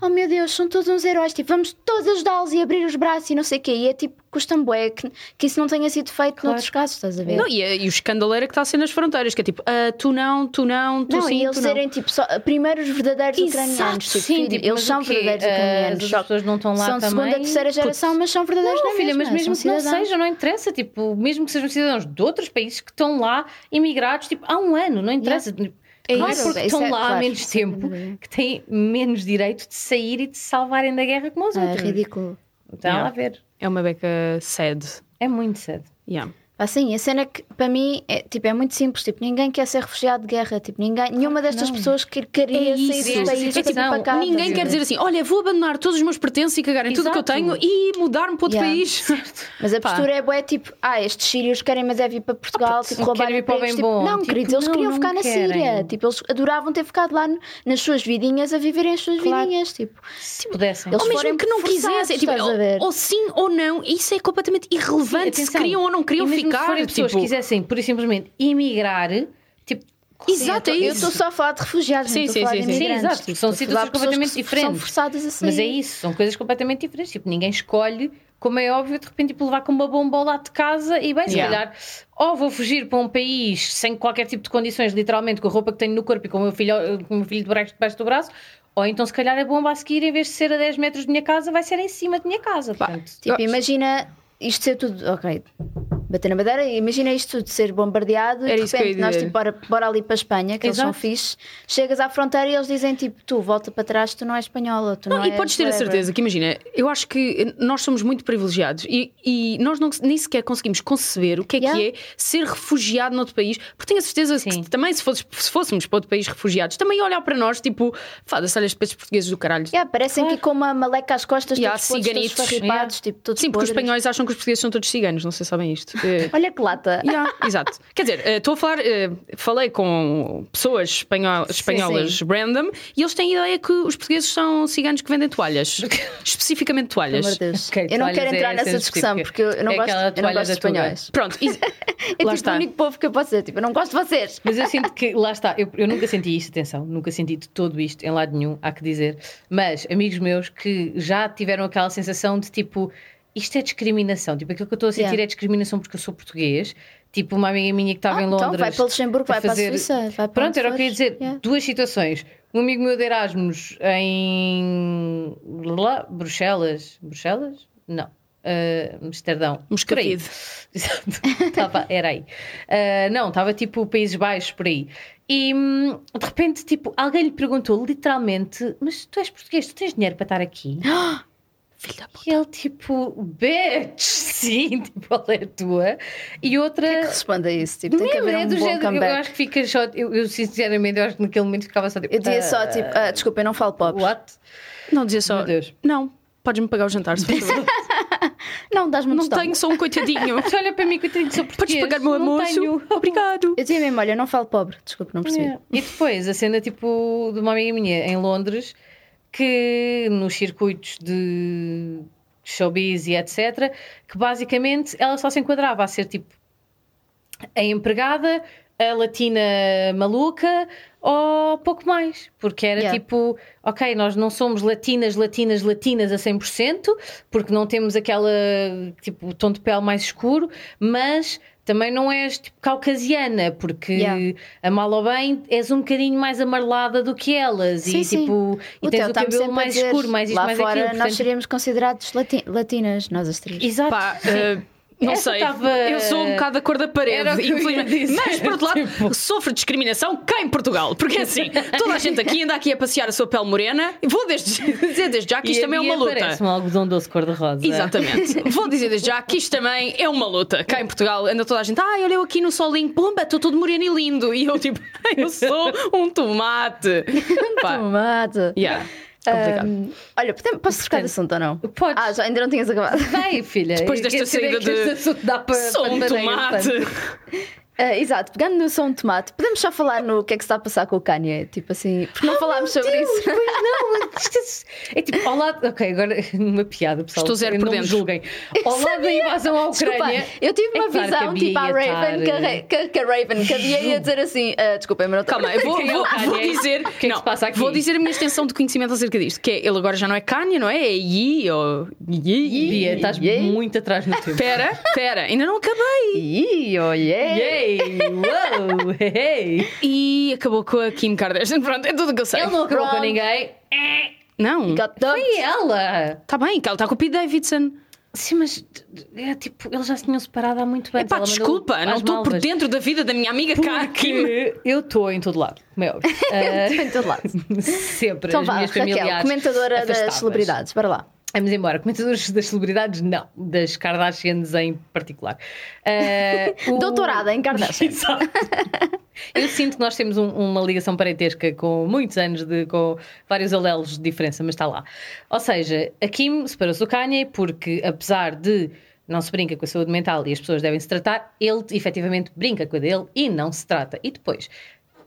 oh meu Deus, são todos uns heróis, tipo, vamos todos ajudá-los e abrir os braços e não sei o quê. E é tipo, custa-me bué que, que isso não tenha sido feito noutros casos, estás a ver? Não, e, eh, e o escândalo era que está a ser nas fronteiras, que é tipo, ah, tu não, tu não, tu Não, sim, e eles tu não. serem tipo só, primeiro os verdadeiros Exato, ucranianos. Tipo, sim, filho, tipo, eles mas são o quê? verdadeiros Ah, ucranianos. as só- pessoas não estão lá são de segunda, também? terceira geração, mas são verdadeiros Não, na filha, mesma, mas mesmo são que não cidadãos. sejam, não interessa. Tipo, mesmo que sejam cidadãos de outros países que estão lá imigrados, tipo, há um ano, não interessa. É não isso. é porque Isso estão é- lá há claro, menos sem tempo dúvida. que têm menos direito de sair e de se salvarem da guerra como os Ah, é outros. ridículo. Está lá Yeah. a ver. É uma beca sad. É muito cedo. Yeah. Assim, a cena que para mim é, tipo, é muito simples. Tipo, ninguém quer ser refugiado de guerra. Tipo, ninguém, nenhuma destas não. pessoas que queria É sair isso. do país É tipo, tipo, para cá. Ninguém estás a quer ver? dizer assim, olha, vou abandonar todos os meus pertences e cagar em tudo o que eu tenho Exato. e mudar-me para outro Yeah. país. Mas a Pá. postura é boa, tipo, ah, estes sírios querem, mas é vir para Portugal, tipo, não roubar querem ir para o bem empregos. Tipo, bom. não, Tipo, queridos, eles não, queriam não ficar na querem. Síria. Tipo, eles adoravam ter ficado lá no- nas suas vidinhas a viverem as suas Claro. vidinhas. Tipo, Se pudessem. eles ou mesmo forem que não forçados, quisessem, tipo, estás a ver? ou, ou sim ou não, isso é completamente irrelevante se Atenção. queriam ou não queriam e mesmo ficar. Se forem pessoas que tipo, quisessem, pura e simplesmente, emigrar, tipo. Exato, é Eu isso. estou só a falar de refugiados, Sim, não estou sim, a falar sim, de sim. Sim, imigrantes. exato, tipo, são estou a falar situações de pessoas que completamente São diferentes. forçadas a sair. Mas é isso, são coisas completamente diferentes. Tipo, ninguém escolhe, como é óbvio, de repente, tipo, levar com uma bomba ao lado de casa e bem, se Yeah. calhar, ou vou fugir para um país sem qualquer tipo de condições, literalmente, com a roupa que tenho no corpo e com o meu filho, com o meu filho debaixo, debaixo do braço, ou então, se calhar, a bomba a seguir, em vez de ser a 10 metros da minha casa, vai ser em cima da minha casa. Pá, Portanto, Tipo, imagina isto ser tudo. Ok, bater na madeira, imagina isto tudo ser bombardeado Era e de isso que eu ia repente nós dizer. tipo, bora, bora ali para a Espanha, que Exato. eles são fixes. Chegas à fronteira e eles dizem tipo, tu volta para trás, tu não és espanhola, tu não, Não, e és podes ter a whatever. certeza que, imagina, eu acho que nós somos muito privilegiados e, e nós não, nem sequer conseguimos conceber o que é que é Yeah. ser refugiado noutro país, porque tenho a certeza Sim. que também, se, fosses- se fôssemos para outro país refugiados, também ia olhar para nós, tipo, foda-se, olha, estes peixes portugueses do caralho. Yeah, parecem Claro. aqui com uma maleca às costas, Yeah, todos podres, todos ciganitos. farripados, tipo, todos Sim, porque os podres. espanhóis acham que os os portugueses são todos ciganos, não sei se sabem isto. Eh, Olha que lata. Yeah, exato. Quer dizer, eh, estou a falar, eh, falei com pessoas espanho- espanholas random e eles têm ideia que os portugueses são ciganos que vendem toalhas. Especificamente Pelo amor toalhas. de tipo, Deus. Ok, eu não toalhas quero é entrar essa nessa discussão específica. porque eu não É gosto, aquela eu não toalha gosto de da tua. espanhóis. Pronto, e- É Lá tipo está. o único povo que eu posso ser. Tipo, eu não gosto de vocês. Mas eu sinto que, lá está, eu, eu nunca senti isto, atenção, nunca senti de todo isto em lado nenhum, há que dizer. Mas amigos meus que já tiveram aquela sensação de tipo, isto é discriminação, tipo, aquilo que eu estou a sentir Yeah. é discriminação porque eu sou português. Tipo, uma amiga minha que estava Ah, em então Londres. vai para Luxemburgo, vai a para a fazer- Suíça. Vai para Pronto, onde era o que eu ia fores. dizer. Yeah. Duas situações. Um amigo meu de Erasmus em lá, Bruxelas. Bruxelas? Não. Ah, Amsterdão. Por aí. Moscavide. Exato. Tava- era aí. Ah, não, estava tipo Países Baixos por aí. E hum, de repente, tipo, alguém lhe perguntou literalmente: Mas tu és português, tu tens dinheiro para estar aqui? Filho da puta. E ele, tipo, bitch, sim, tipo, ela é tua. E outra. Que responda a isso. Tipo, tem que Mesmo, haver é um do bom género, eu comeback. acho que fica só. Eu, eu, sinceramente, eu acho que naquele momento ficava só tipo. Eu dizia "Ah, só, tipo, ah, desculpa, eu não falo pobre. What? Não, dizia só, Meu Deus. não, podes-me pagar o jantar se faz favor. Não, dás-me um Não tostão. tenho, sou um coitadinho. Tu olha para mim que eu tenho que ser Podes português. pagar meu Não almoço? tenho. Obrigado. Eu dizia mesmo, olha, eu não falo pobre. Desculpa, não percebi. É. E depois a cena tipo de uma amiga minha em Londres que nos circuitos de showbiz e etc, que basicamente ela só se enquadrava a ser tipo a empregada, a latina maluca ou pouco mais, porque era Yeah. tipo, ok, nós não somos latinas, latinas, latinas a 100%, porque não temos aquela tipo tom de pele mais escuro, mas também não és tipo caucasiana, porque Yeah. a mal ou bem és um bocadinho mais amarelada do que elas Sim, e sim. tipo, e O tens Theo o tá-me cabelo sempre a mais dizer, escuro, mais isto, lá mais fora, aquilo, Nós portanto- seríamos considerados lati- latinas, nós as três. Exato. Pá, eh, não Ah, Essa sei, tava- eu sou um bocado da cor da parede, Era o que eu ia infelizmente. dizer, Mas por outro lado, tipo. sofro discriminação cá em Portugal, porque assim, toda a gente aqui anda aqui a passear a sua pele morena. E Vou desde, dizer desde já que isto E a também é uma minha luta. Parece um algodão doce cor-de-rosa. Exatamente. Vou dizer desde já que isto também é uma luta. Cá em Portugal anda toda a gente, ai, olha eu aqui no solinho, pomba, estou todo moreno e lindo. E eu tipo, "Ai, eu sou um tomate. Um Pá, Tomate. yeah, complicado. Ahm, olha, podemos- posso trocar de assunto ou não? Podes. Ah, já, ainda não tinhas acabado. Vai, filha. Depois Eu desta quero saber saída que de- este assunto dá para, sou para um maneira, tomate. portanto. Ah, exato, pegando no som de tomate, podemos só falar no que é que se está a passar com o Kanye? Tipo assim, porque Ah, não falámos sobre isso. Pois não, isto é, é tipo, ao lado. Ok, agora uma piada, pessoal. Estou zero não por me dentro. julguem. Ao lado da invasão à Desculpa, Ucrânia. eu tive É uma claro que visão a Bia tipo a ia Raven, que a, estar, Ra- que, que a Raven, que a Bia ia dizer assim: ah, desculpa, mas não Calma, eu vou, Quem é o vou, Kanye? vou dizer. O que é que não, se passa aqui? Vou dizer a minha extensão de conhecimento acerca disto, que é ele agora já não é Kanye, não é? É Yi ou. Yi. Bia, estás Yay. muito atrás no tempo. Pera, pera, ainda não acabei. Ih, olha! Yay! Uou! Hey! E acabou com a Kim Kardashian. Pronto, é tudo o que eu sei. Ele não acabou Pronto. com ninguém. Não, Got dumped. Foi ela! está bem, que ela está com o Pete Davidson. Sim, mas é tipo, eles já se tinham separado há muito antes. Epá, Ela mandou desculpa, às não estou por malvas. dentro da vida da minha amiga Ka- Kim. Porque é eu estou em todo lado, como é óbvio. Ah, Estou em todo lado. sempre Então as vá, minhas Raquel, familiares. comentadora das afastadas. celebridades, para lá. Vamos embora. Comentadores das celebridades, não. Das Kardashians em particular. Ah, o- Doutorada em Kardashian. Exato. Eu sinto que nós temos um- uma ligação parentesca com muitos anos, de, com vários alelos de diferença, mas está lá. Ou seja, a Kim separou-se do Kanye porque, apesar de não se brinca com a saúde mental e as pessoas devem se tratar, ele efetivamente brinca com a dele e não se trata. E depois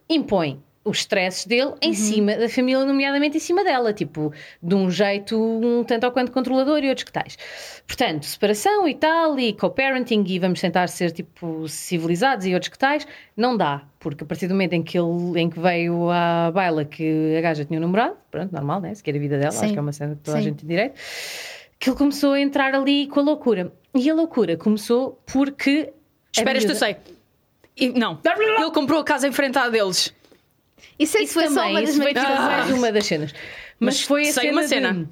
impõe os stresses dele Uhum. em cima da família, nomeadamente em cima dela, tipo, de um jeito um tanto ou quanto controlador e outros que tais. Portanto, separação e tal, e co-parenting, e vamos tentar ser, tipo, civilizados e outros que tais, não dá, porque a partir do momento em que, ele, em que veio à baila que a gaja tinha um namorado, pronto, normal, né? Sequer a vida dela, Sim. acho que é uma cena que toda a Sim. gente tem direito, que ele começou a entrar ali com a loucura. E a loucura começou porque... a Espera, isto eu miúda- sei. E- não, ele comprou a casa em frente à deles. Isso é que Isso foi também, só uma das isso foi mentiras tipo Ah. mais uma das cenas. Mas, Mas foi a sei cena uma de- cena.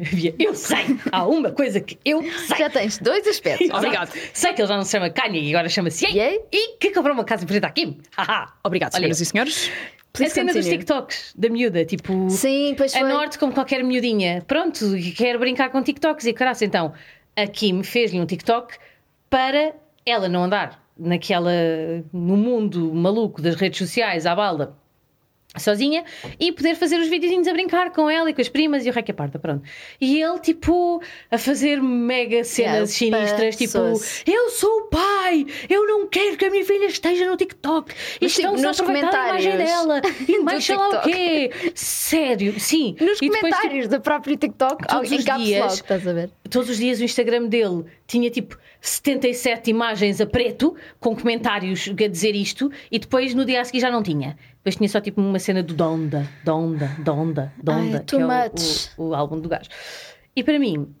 Havia- Eu sei, há uma coisa que eu sei. Já tens dois aspectos. Exato. Obrigado. Sei que ele já não se chama Kanye e agora chama-se Ye. Ye. E que comprou uma casa em frente à Kim. Haha. Obrigado, Olha, senhoras e senhores. A Please cena dos continue. TikToks da miúda, tipo. Sim, pois A foi. Norte, como qualquer miudinha, pronto, e quer brincar com TikToks e caraca. Então, a Kim fez-lhe um TikTok para ela não andar naquela. no mundo maluco das redes sociais à bala sozinha e poder fazer os videozinhos a brincar com ela e com as primas e o Reque Parta, pronto. E ele, tipo, a fazer mega cenas Yeah, sinistras, tipo, passou-se. eu sou o pai, eu não quero que a minha filha esteja no TikTok, e Mas, estão tipo, só a nos aproveitar a imagem dela, comentários e do mais sei lá o TikTok. quê. Sério, sim. e depois, Nos tipo, comentários do próprio TikTok, todos em os caps dias- lock, estás a ver? todos os dias o Instagram dele tinha tipo 77 imagens a preto, com comentários a dizer isto, e depois no dia a seguir já não tinha. Depois tinha só tipo uma cena do Donda, Donda, Donda, Donda, Ai, que too é much. o, o, o álbum do gajo. E para mim,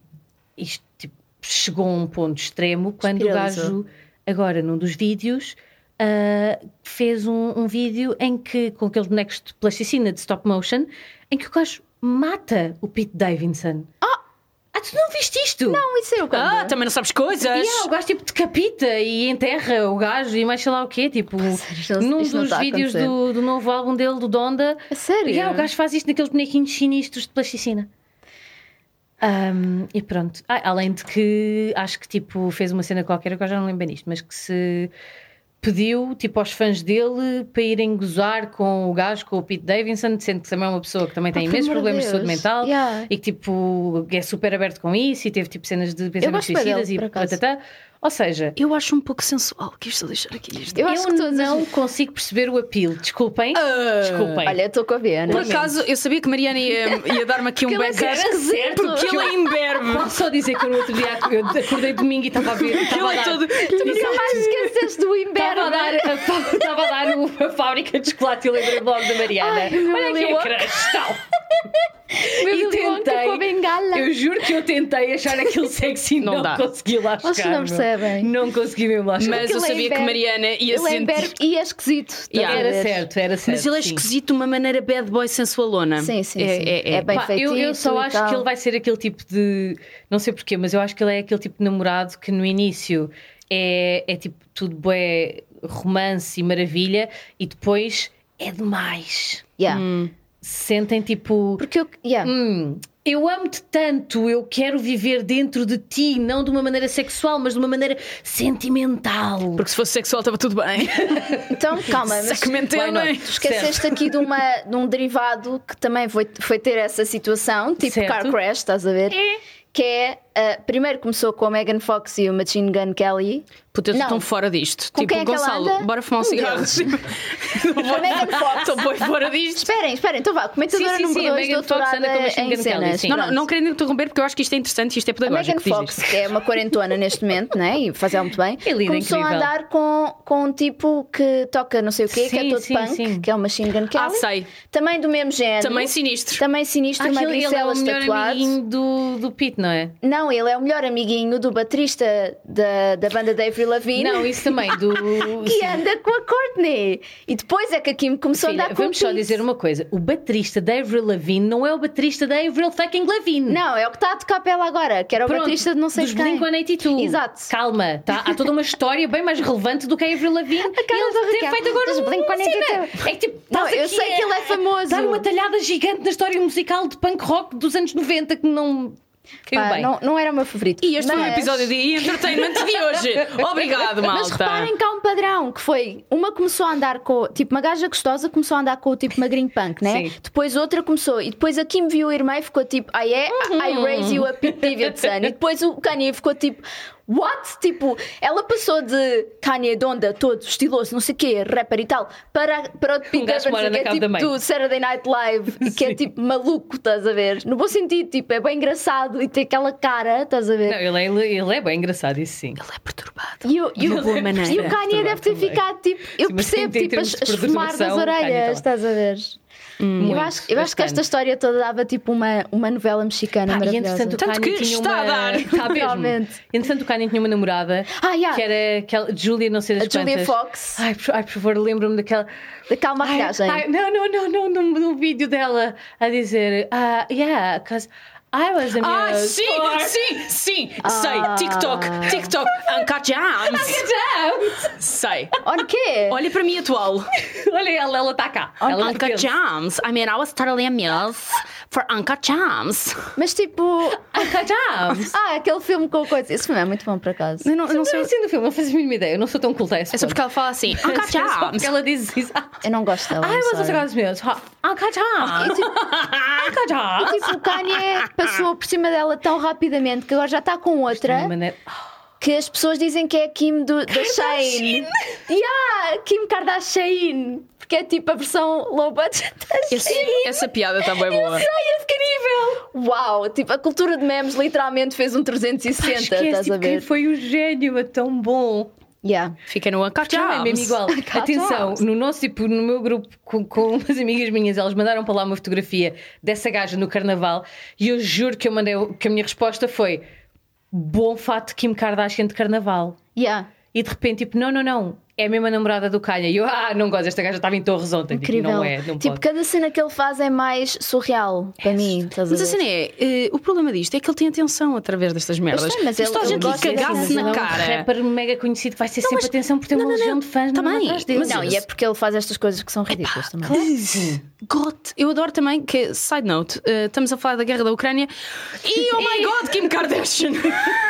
isto tipo, chegou a um ponto extremo quando o Espiralizou. gajo, agora num dos vídeos, ah, fez um, um vídeo em que, com aqueles bonecos de plasticina de stop motion, em que o gajo mata o Pete Davidson. Ah, tu não viste isto? Não. Não, isso é o Ah, quando? também não sabes coisas! E é, o gajo tipo decapita e enterra o gajo e mais sei lá o quê. Tipo, sério, isto não- num isto não dos tá a vídeos acontecer. do, do novo álbum dele, do Donda, A sério? e é, o gajo faz isto naqueles bonequinhos sinistros de plasticina. Ahm, e pronto. Ah, além de que acho que tipo fez uma cena qualquer, agora já não lembro bem disto, mas que se pediu tipo aos fãs dele para irem gozar com o gajo, com o Pete Davidson, sendo que também é uma pessoa que também tem Ah, por imensos amor de problemas de saúde Deus. mental Yeah. e que tipo é super aberto com isso e teve tipo cenas de pensamentos gosto bem dele, suicidas e por acaso. patatá. Ou seja, Eu acho um pouco sensual, quis só deixar aqui isto. Eu eu, acho que Ah. todas as- não consigo perceber o apelo. Desculpem, Ah. desculpem. Olha, eu estou com a Viana. Por acaso, eu sabia que Mariana ia, ia dar-me aqui um Porque ele é backup esquisito. porque ele é imberbe. Posso só dizer que eu no outro dia eu acordei domingo e estava a ver. Estava Ele a é Tá dar, todo. Jamais esqueceste do estava a Imberbe. dar, a, fá- estava a, dar o- a fábrica de chocolate e lembrei-me logo da Mariana. Ai, o meu Olha aqui Willy a Wonka. crush, tal. Meu E Willy Wonka tentei. com a bengala. Eu juro que eu tentei achar aquilo sexy e Não não, dá. consegui lá chegar. Vocês não meu. percebem. Não consegui mesmo lá chegar. Mas eu ele é sabia que imberbe. Mariana ia Ele se é sentir. Imberbe e é esquisito. estás Yeah. a Era ver? certo, era certo. Mas ele é sim. esquisito de uma maneira bad boy sensualona. Sim, sim, É, sim. é, é. É bem- Pá, eu, eu feitiço só e acho tal. que ele vai ser aquele tipo de. Não sei porquê, mas eu acho que ele é aquele tipo de namorado que no início é, é tipo tudo bué romance e maravilha e depois é demais. Yeah. Sentem tipo. Porque eu. Yeah. "Hum, eu amo-te tanto, eu quero viver dentro de ti, não de uma maneira sexual, mas de uma maneira sentimental. Porque se fosse sexual estava tudo bem. Então, calma, mas. Segmentei, Why não not? é? Tu esqueceste aqui de, uma, de um derivado que também foi, foi ter essa situação, tipo Certo. car crash, estás a ver? Que é, ah, primeiro começou com a Megan Fox e o Machine Gun Kelly. Puta, eu estou Não. tão fora disto. Com tipo, quem é que ela Gonçalo, anda? bora fumar um Um cigarro. deles. A Megan Fox. Estou bem fora disto. Esperem, esperem, então vá, comentadora Sim, sim, número sim, a 2 Megan Fox anda doutorada com a Machine em Gun Kelly, cenas. sim. Não, não, Pronto. não querendo interromper, porque eu acho que isto é interessante e isto é Um A Megan pedagógico. diz Fox, isto. que é uma quarentona neste momento, né? e faz ela muito bem, E É linda, começou a incrível. andar com, com um tipo que toca não sei o quê, que é Sim, todo sim, punk, sim. que é o Machine Gun Kelly. Ah, sei. Também do mesmo género. Também sinistro. Também sinistro, uma Aquele, ele é grisela o melhor estatuado. amiguinho do, do Pete, não é? Não, ele é o melhor amiguinho do baterista da, da banda da Avril Lavigne. Não, isso também, do. Ah, que anda com a Courtney. E depois é que a Kim começou a Filha, andar com vamos o só Pete. dizer um- uma coisa: o baterista da Avril Lavigne não é o baterista da Avril fucking Lavigne. Não, é o que está a tocar para ela agora, que era o Pronto, baterista de não sei dos quem. Blink-182. Exato. Calma, tá? há toda uma história bem mais relevante do que a Avril Lavigne. A cara e ele da ter Raquel feito agora dos um Blink-182. cena. É que, tipo, Não, estás eu aqui sei a- que ele é famoso. Dar uma talhada gigante na história musical de punk rock dos anos 90 que não. Caiu Pá, bem. não, não era o meu favorito. E este foi o Mas- episódio de Entertainment de hoje. Obrigado, malta. Mas reparem que há um padrão que foi uma começou a andar com tipo uma gaja gostosa começou a andar com o tipo magrinho punk, né? Sim. Depois outra começou e depois a Kim viu o irmão e ficou tipo I, é, Uhum. I raise you a Pete Davidson e depois o Kanye ficou tipo What? Tipo, ela passou de Kanye Donda todo estiloso, não sei o quê, rapper e tal, para, para o Pete Um gajo que mora Davidson, na que é casa tipo da mãe. do Saturday Night Live, e que é tipo maluco, estás a ver? No bom sentido, tipo, é bem engraçado e tem aquela cara, estás a ver? Não, ele, é, ele- ele é bem engraçado, isso sim. Ele é perturbado. E o, e o- Uma boa maneira. e o Kanye Também, deve ter também. ficado tipo. Eu Sim, mas percebo, em tipo, termos as, um de as fumar das perturbação, Kanye orelhas, tá estás a ver? Hum. Muito, eu acho, eu acho que esta bastante. história toda dava tipo uma, uma novela mexicana Pá, e maravilhosa. Tá, entretanto o Tanto Kanye que tinha está uma... a dar. Está mesmo. Realmente. Entretanto o Kanye tinha uma namorada Ah, yeah. que era aquela Julia não sei das a Julia quantas. Fox, Ai, por, ai, por favor, lembro-me daquela. daquela maquilhagem. Ai, não, não, não, não, num, num vídeo dela a dizer, ah, yeah, because I was a Ah, nurse sim, for-" sim, sim. Ah. Sei. TikTok, TikTok, Anka Jams. Sei. Olha o quê? Olha para mim atual. Olha ela, ela está cá. Ela Anka pertence. Jams. I mean, I was totally a mess, for Uncle Charms. Mas tipo, Ah, já! Mas ah, aquele filme com o coisa. Esse filme é muito bom por acaso. Eu não, eu Não não sei sei. assim do filme, não fazes a mínima ideia. Eu não sou tão culta a esse É só porque ponto. ela fala assim, Uncle É só Charms. porque ela diz isso. Ah, Eu não gosto dela. Ai, I'm mas você sorry. gosta mesmo. Ah, cachá! E, tipo, Ah, cachá! tipo, o Kanye passou por cima dela tão rapidamente que agora já está com outra que as pessoas dizem que é a Kim do, da Shane. Yeah, Kim Kardashian. Porque é tipo a versão low budget da Esse- Shane. essa piada está bem boa. Ai, é incrível! Uau, tipo, a cultura de memes literalmente fez um 360, Esquece estás a tipo, quem ver? foi o gênio, é tão bom. Yeah. Fica no Uncle Não é Charms. mesmo igual. Cá Atenção, estamos. no nosso, tipo, no meu grupo com, com umas amigas minhas, elas mandaram para lá uma fotografia dessa gaja no carnaval e eu juro que eu mandei que a minha resposta foi bom fato de Kim Kardashian de carnaval. Yeah. E de repente, tipo, não, não, não, é a mesma namorada do Kanye. E eu, ah, não gosto, esta gaja estava em Torres ontem. Tipo, Incrível. não é, não tipo, pode. cada cena que ele faz é mais surreal para mim. Estás a Mas a ver? cena é, eh, o problema disto é que ele tem atenção através destas merdas. sei, mas Se ele- toda a ele gente lhe gosta dessas cagasse na cenas, Ele é um cara. rapper mega conhecido que vai ser sempre mas- atenção por ter não, uma não, legião não. de fãs Tá não é bem, atrás dele. mas Não, e é porque ele faz estas coisas que são ridículas também. God, eu adoro também que, side note, eh, estamos a falar da guerra da Ucrânia e oh my god, Kim Kardashian!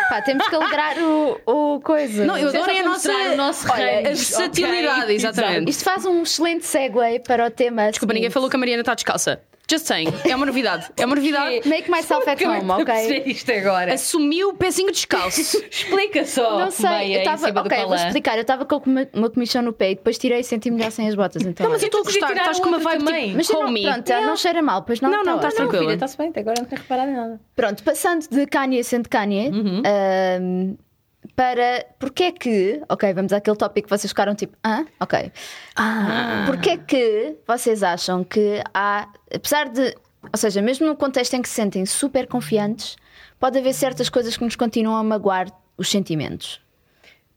Pá, temos que alegrar o, o coisa. Não, eu Isso é adoro só é a para nossa mostrar o nosso olha, range, a versatilidade, ok? exatamente. Isto faz um excelente segue para o tema. Desculpa, ninguém falou que a Mariana está descalça. Just saying, é uma novidade. É uma novidade. Make myself at Acabei home, de ok? perceber isto É. agora. Assumiu o pezinho descalço. Explica só. Não sei, meia eu em estava. cima do Ok, vou palã. explicar. Eu estava com uma, uma comichão no pé e depois tirei e senti melhor sem as botas. Então, Não, mas eu estou a podia gostar, tirar estás o com uma outro vibe também. tipo Mas eu não, homie. pronto, não. não cheira mal, pois não. Não, não, tá estás ótimo. tranquila. Filha, está-se bem, até agora não tenho reparado em nada. Pronto, passando de Kanye sendo Kanye, ahm, para porque é que, ok, vamos àquele tópico que vocês ficaram tipo, hã? Ok. Ah. Porque é que vocês acham que há, apesar de, ou seja, mesmo num contexto em que se sentem super confiantes, pode haver certas coisas que nos continuam a magoar os sentimentos.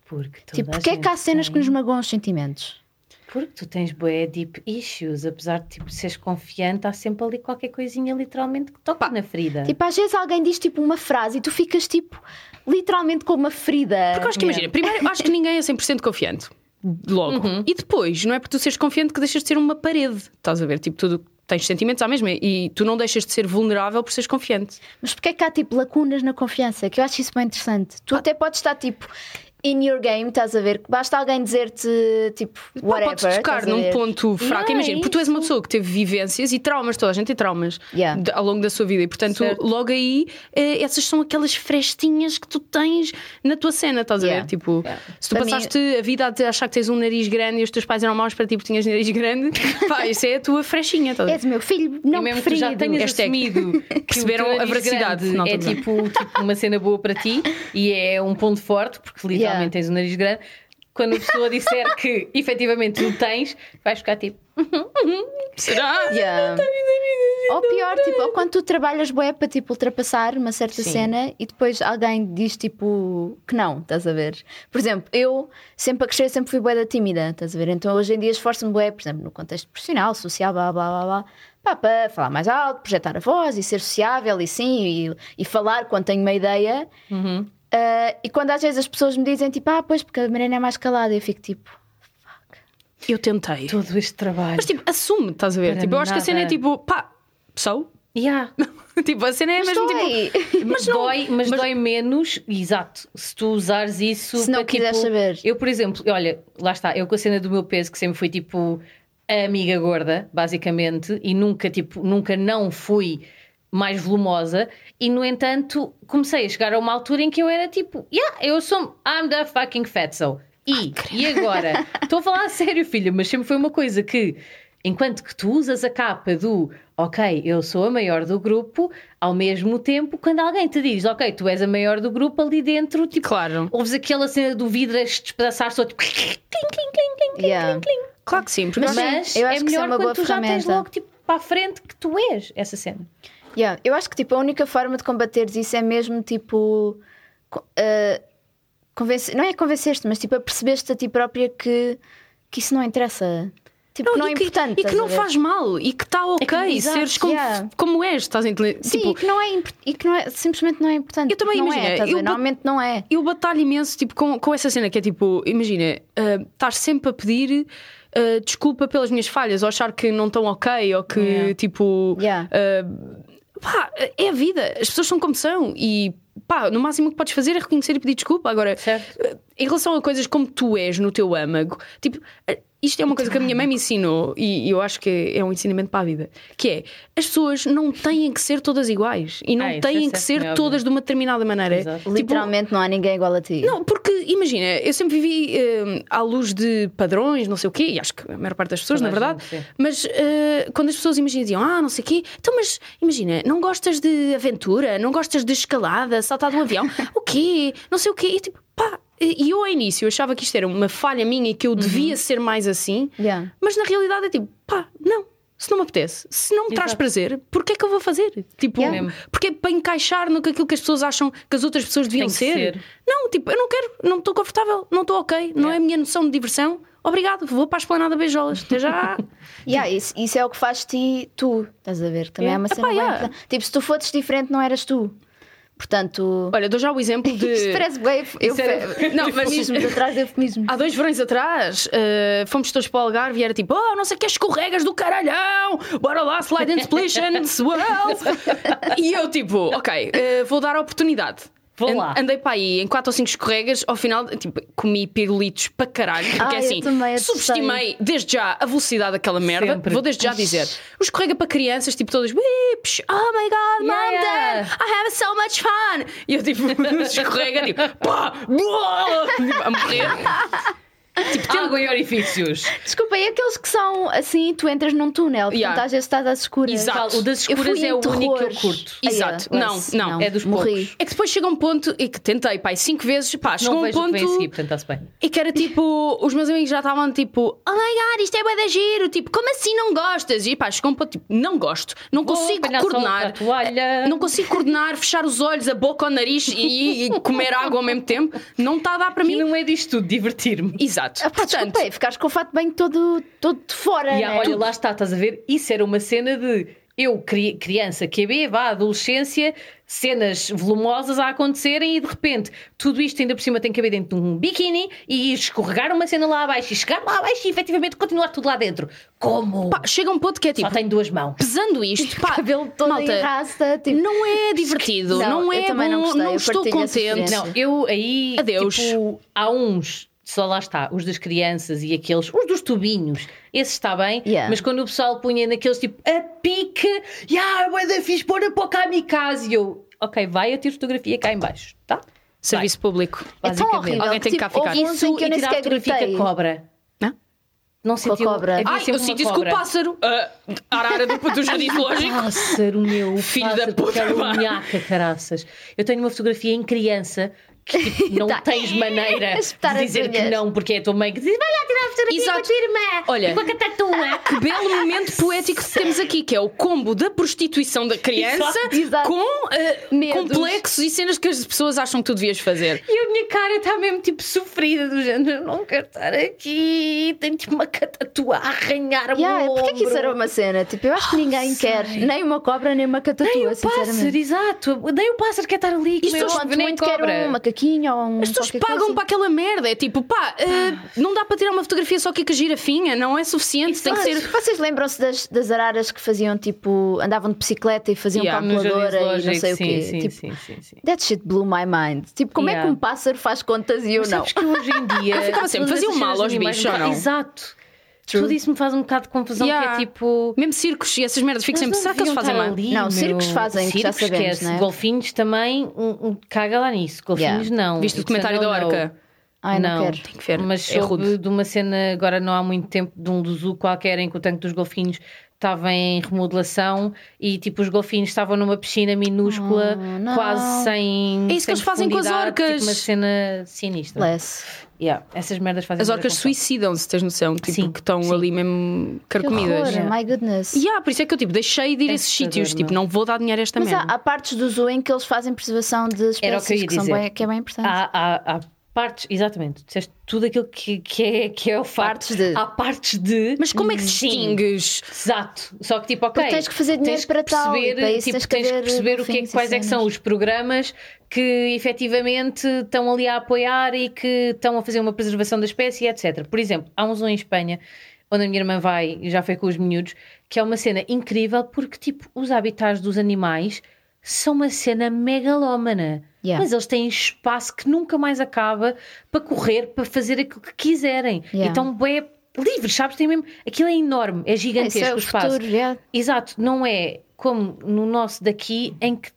Porque toda tipo, a porque é que há gente cenas que tem- nos magoam os sentimentos? Porque tu tens bué deep issues, apesar de tipo, seres confiante, há sempre ali qualquer coisinha literalmente que toca na ferida. Tipo, às vezes alguém diz tipo uma frase e tu ficas tipo literalmente com uma ferida. Porque eu acho que imagina, primeiro, acho que ninguém é 100% confiante. Logo. E depois, não é por tu seres confiante que deixas de ser uma parede. Estás a ver? Tipo, tu tens sentimentos à mesma e tu não deixas de ser vulnerável por seres confiante. Mas porque é que há tipo lacunas na confiança? Que eu acho isso bem interessante. Tu até podes estar tipo in your game, estás a ver? que Basta alguém dizer-te tipo whatever. Podes tocar estás a num ver? ponto fraco. Não, é Imagina, porque tu és uma pessoa que teve vivências e traumas, toda a gente tem traumas Yeah. de- ao longo da sua vida. E portanto, Certo. logo aí, eh, essas são aquelas frestinhas que tu tens na tua cena, estás a Yeah. ver? Tipo, se tu Para passaste a vida a te achar que tens um nariz grande e os teus pais eram maus para ti porque tinhas nariz grande, pá, isso é a tua frestinha. Estás a ver? És o meu filho, e não mesmo que tu preferido. já tenhas Hashtag. assumido que o Perceberam teu a nariz veracidade. grande Não, é estou a tipo, tipo uma cena boa para ti e é um ponto forte, porque literalmente Yeah. tens um nariz grande. Quando a pessoa disser que efetivamente o tens, vais ficar tipo. Será? Yeah. Ou pior, tipo, ou quando tu trabalhas bué para tipo, ultrapassar uma certa Sim. cena e depois alguém diz tipo que não, estás a ver? Por exemplo, eu sempre a crescer sempre fui bué da tímida, estás a ver? Então hoje em dia esforço-me bué, por exemplo, no contexto profissional, social, blá blá blá blá, pá, para falar mais alto, projetar a voz e ser sociável e sim, e, e falar quando tenho uma ideia. "Uhum, Ah, e quando às vezes as pessoas me dizem tipo, ah, pois porque a Mariana é mais calada, eu fico tipo, É Eu tentei. Todo este trabalho. Mas tipo, assume, estás a ver? Para Tipo, eu acho que a cena é nada. tipo, pá, sou. Yeah. tipo, a cena é mesmo estou tipo. aí. Mas dói, mas, dói menos, exato, se tu usares isso. Se não para, quiseres tipo, saber. Eu, por exemplo, olha, lá está, eu com a cena do meu peso, que sempre fui tipo a amiga gorda, basicamente, e nunca, tipo, nunca não fui mais volumosa, e no entanto comecei a chegar a uma altura em que eu era tipo, yeah, eu sou, I'm the fucking fatso. E, e agora? Estou a falar a sério, filho, mas sempre foi uma coisa que, enquanto que tu usas a capa do ok, eu sou a maior do grupo, ao mesmo tempo, quando alguém te diz ok, tu és a maior do grupo, ali dentro, tipo, Claro. ouves aquela cena do vidro a se despedaçar só tipo. clim, clim, clim, clim, clim, Yeah. clim, clim. Claro que sim. Porque Mas- Mas, sim, eu acho é que isso é melhor uma boa quando tu já tens ferramenta. logo tipo, para a frente que tu és essa cena. Yeah, Eu acho que tipo, a única forma de combateres isso é mesmo tipo. co- eh, convencer- não é convencer-te, mas tipo, a perceberes-te a ti própria que, que isso não interessa. Tipo, que não é e que, importante. E que estás não a ver? É faz mal. E que está ok que- exato, seres como, yeah. como és. Estás a entender? Sim, Tipo, e que, não é impor- e que não é, simplesmente não é importante. Eu também não imagina, É, estás a eu bot- ver? Normalmente não é. eu batalho imenso tipo, com, com essa cena que é tipo, imagina, ah, estás sempre a pedir eh, ah, desculpa pelas minhas falhas ou achar que não estão ok ou que Yeah. tipo. Yeah. ah, pá, é a vida. As pessoas são como são e pá, no máximo que podes fazer é reconhecer e pedir desculpa. Agora, Certo. eh, em relação a coisas como tu és no teu âmago, tipo, eh, isto é uma coisa que a minha mãe me ensinou e eu acho que é um ensinamento para a vida, que é as pessoas não têm que ser todas iguais e não Ah, isso é têm que certo, ser não é todas de uma determinada maneira. Exato. Tipo, Literalmente não há ninguém igual a ti. não, porque imagina, eu sempre vivi eh, à luz de padrões, não sei o quê, e acho que a maior parte das pessoas, Toda na a verdade, gente, sim. mas eh, quando as pessoas imaginam diziam, ah, não sei o quê, então, mas imagina, não gostas de aventura, não gostas de escalada, saltar de um avião, o quê? Não sei o quê, e tipo, pá. E eu ao início achava que isto era uma falha minha e que eu Uhum. devia ser mais assim, Yeah. mas na realidade é tipo, pá, não. Se não me apetece, se não me traz Exato. prazer, porquê é que eu vou fazer? Tipo, Yeah. Mesmo. porque é para encaixar no que aquilo que as pessoas acham que as outras pessoas deviam que ser. ser. Não, tipo, eu não quero, não estou confortável, não estou ok, não é a minha noção de diversão. Obrigado, vou para a esplanada beijolas. Até já. Yeah, isso, isso é o que faz ti tu. Estás a ver? Também Yeah. é uma tipo- Epá, cena bem yeah. importante. Tipo, se tu fosses diferente, não eras tu. Portanto. Olha, dou já o exemplo Isto de. parece bem. Eu, Isso era- Não, mas- eufemismos atrás de eufemismos. Há dois verões atrás, eh, fomos todos para o Algarve e era tipo, oh, não sei o que, escorregas do caralhão, bora lá, slide and splish and swirl. e eu tipo, ok, eh, vou dar a oportunidade. Vou An- lá. Andei para aí em quatro ou cinco escorregas, ao final, tipo, comi pirulitos para caralho, porque Ai, eu assim, também assustei. subestimei desde já a velocidade daquela merda. Sempre. Vou desde já dizer, o escorrega para crianças, tipo, todas, "Ui, psh, oh my god, mom, Yeah. dad, I have so much fun! E eu tipo, escorrega, tipo, pá, boa! Tipo, a morrer. Tipo, tendo- Água e orifícios. Desculpa, e aqueles que são assim, tu entras num túnel, portanto Yeah. às vezes estás às escuras. Exato. O das Eu fui escuras em é o único que eu terrores. curto. Ai, Exato. é, Não, esse, não. É dos morri. poucos. É que depois chega um ponto e que tentei, pai, cinco vezes, pá, chegou Não um vejo o que vem a seguir, ponto portanto está-se bem. e que era tipo, os meus amigos já estavam tipo, oh my god, isto é bué de giro, tipo, como assim não gostas? E pá, chegou um ponto tipo, não gosto, não Vou consigo apanhar só a coordenar. eh, toalha. Não consigo coordenar, fechar os olhos, a boca, o nariz e, e comer água ao mesmo tempo. Não está a dar para E mim. no meio disto tudo, divertir-me. Exato. Ah, pá, desculpa, é, ficares com o fato bem todo, todo de fora. E né? há- olha, lá está, estás a ver? Isso era uma cena de eu, cri- criança, QB, vá, adolescência, cenas volumosas a acontecerem e de repente tudo isto ainda por cima tem que haver dentro de um biquíni e escorregar uma cena lá abaixo e chegar lá abaixo e efetivamente continuar tudo lá dentro. Como? Pá, chega um ponto que é tipo, Só tenho duas mãos. pesando isto, pá, cabelo todo em malta, rasta, tipo, não é divertido, Não, não, eu é bom, também não não, gostei, eu estou partilho essa contente. experiência. Não, eu aí. Adeus. Tipo, há uns, só lá está, os das crianças e aqueles, os dos tubinhos, esse está bem, Yeah. mas quando o pessoal punha naqueles tipo a pique, e ah, bué da fiz pôr a pouco à kamikaze", e eu, ok, vai, eu tiro fotografia cá em baixo, tá? Serviço público. é tão basicamente. horrível. Alguém tem que tipo, cá ficar. houve uns Isso em que eu e nem tirar sequer fotografia com gritei. a cobra. Não? Não sentiu cobra. havia Ai, É sempre eu uma sinto isso com o cobra. pássaro. A arara do, do jardim zoológico. Pássaro Ah, meu, Filho da pássaro, puta, aquela vá. unhaca, é um caraças. Eu tenho uma fotografia em criança que tipo, não Tá. tens maneira Espetar de as dizer que unhas. não, porque é a tua mãe que diz: vai lá tirar a fotografia Exato. com a tua irmã Olha. e com a catatua. Que belo momento poético que temos aqui, que é o combo da prostituição da criança Exato, exato. com eh, Medos. complexos e cenas que as pessoas acham que tu devias fazer. E a minha cara está mesmo tipo sofrida do género, eu não quero estar aqui, tenho tipo uma catatua a arranhar o Yeah, é, meu porquê que isso ombro. era uma cena? Tipo, eu acho que ninguém quer nem uma cobra, nem uma Nem catatua, o pássaro, sinceramente. exato. Nem o pássaro quer estar ali. Isto comer é ovo, um Quanto nem muito quero cobra. um macaquinho ou um. As pessoas qualquer pagam coisa. para aquela merda. É tipo, pá, eh, Ah. não dá para tirar uma fotografia só aqui com a girafinha, não é suficiente. Tem que Vocês- ser. Vocês lembram-se das, das araras que faziam tipo. andavam de bicicleta e faziam Yeah, No jardim calculadora e não zoológico, sei o sim, quê? sim, tipo, sim, sim, sim. That shit blew my mind. Tipo, como é Yeah. que um pássaro faz contas e eu Mas não? sabes que hoje em dia. Eu ficava sempre, todas faziam essas mal cenas aos de animais bichos ou me fa- não? Exato. True. Tudo isso me faz um bocado de confusão, Yeah. que é tipo. Mesmo circos e essas merdas, fico eles sempre, não será que eles deviam fazem estar mal? ali, Não, meu. circos fazem, que já Circos, sabemos, esquece. né? Golfinhos também, um, um- caga lá nisso. Golfinhos Yeah. não. Viste o Isso documentário da não, não. orca? Ai, não, Não. quero. Tem que ver. Mas é soube rude. de uma cena, agora não há muito tempo, de um do zoo qualquer em que o tanque dos golfinhos estava em remodelação e tipo os golfinhos estavam numa piscina minúscula, Oh, não. quase sem. É isso que sem eles fazem com as profundidade, orcas. Tipo uma cena sinistra. Bless. Yeah, Essas merdas fazem. As muita orcas confusão. suicidam-se, tens noção? Tipo, Sim, que estão sim. ali mesmo Que carcomidas. horror, my goodness. E ah, por isso é que eu tipo, deixei de ir a esses assustador, sítios. Tipo, meu. não vou dar dinheiro a esta é? Mas há, merda. há partes do zoo em que eles fazem preservação de Era o espécies que eu ia que, são dizer. bem, que é bem importante. Há, há- há partes, exatamente, disseste tudo aquilo que, que é, que é o facto. Partes de. Há partes de. Mas como é que Sim, distingues? Exato, só que tipo, ok. Porque tens que fazer dinheiro tens que para tal, perceber, e para isso tipo, tens que tens que haver perceber o que é, que- golfinhos e quais é que são cenas. os programas que efetivamente estão ali a apoiar e que estão a fazer uma preservação da espécie, etc. Por exemplo, há um zoo em Espanha onde a minha irmã vai e já foi com os miúdos, que é uma cena incrível porque, tipo, os habitats dos animais são uma cena megalómana. Yeah. Mas eles têm espaço que nunca mais acaba para correr, para fazer aquilo que quiserem. Yeah. Então, é livre, sabes? Tem mesmo... Aquilo é enorme, é Isso gigantesco é o o espaço. futuro, yeah. Exato, não é como no nosso daqui em que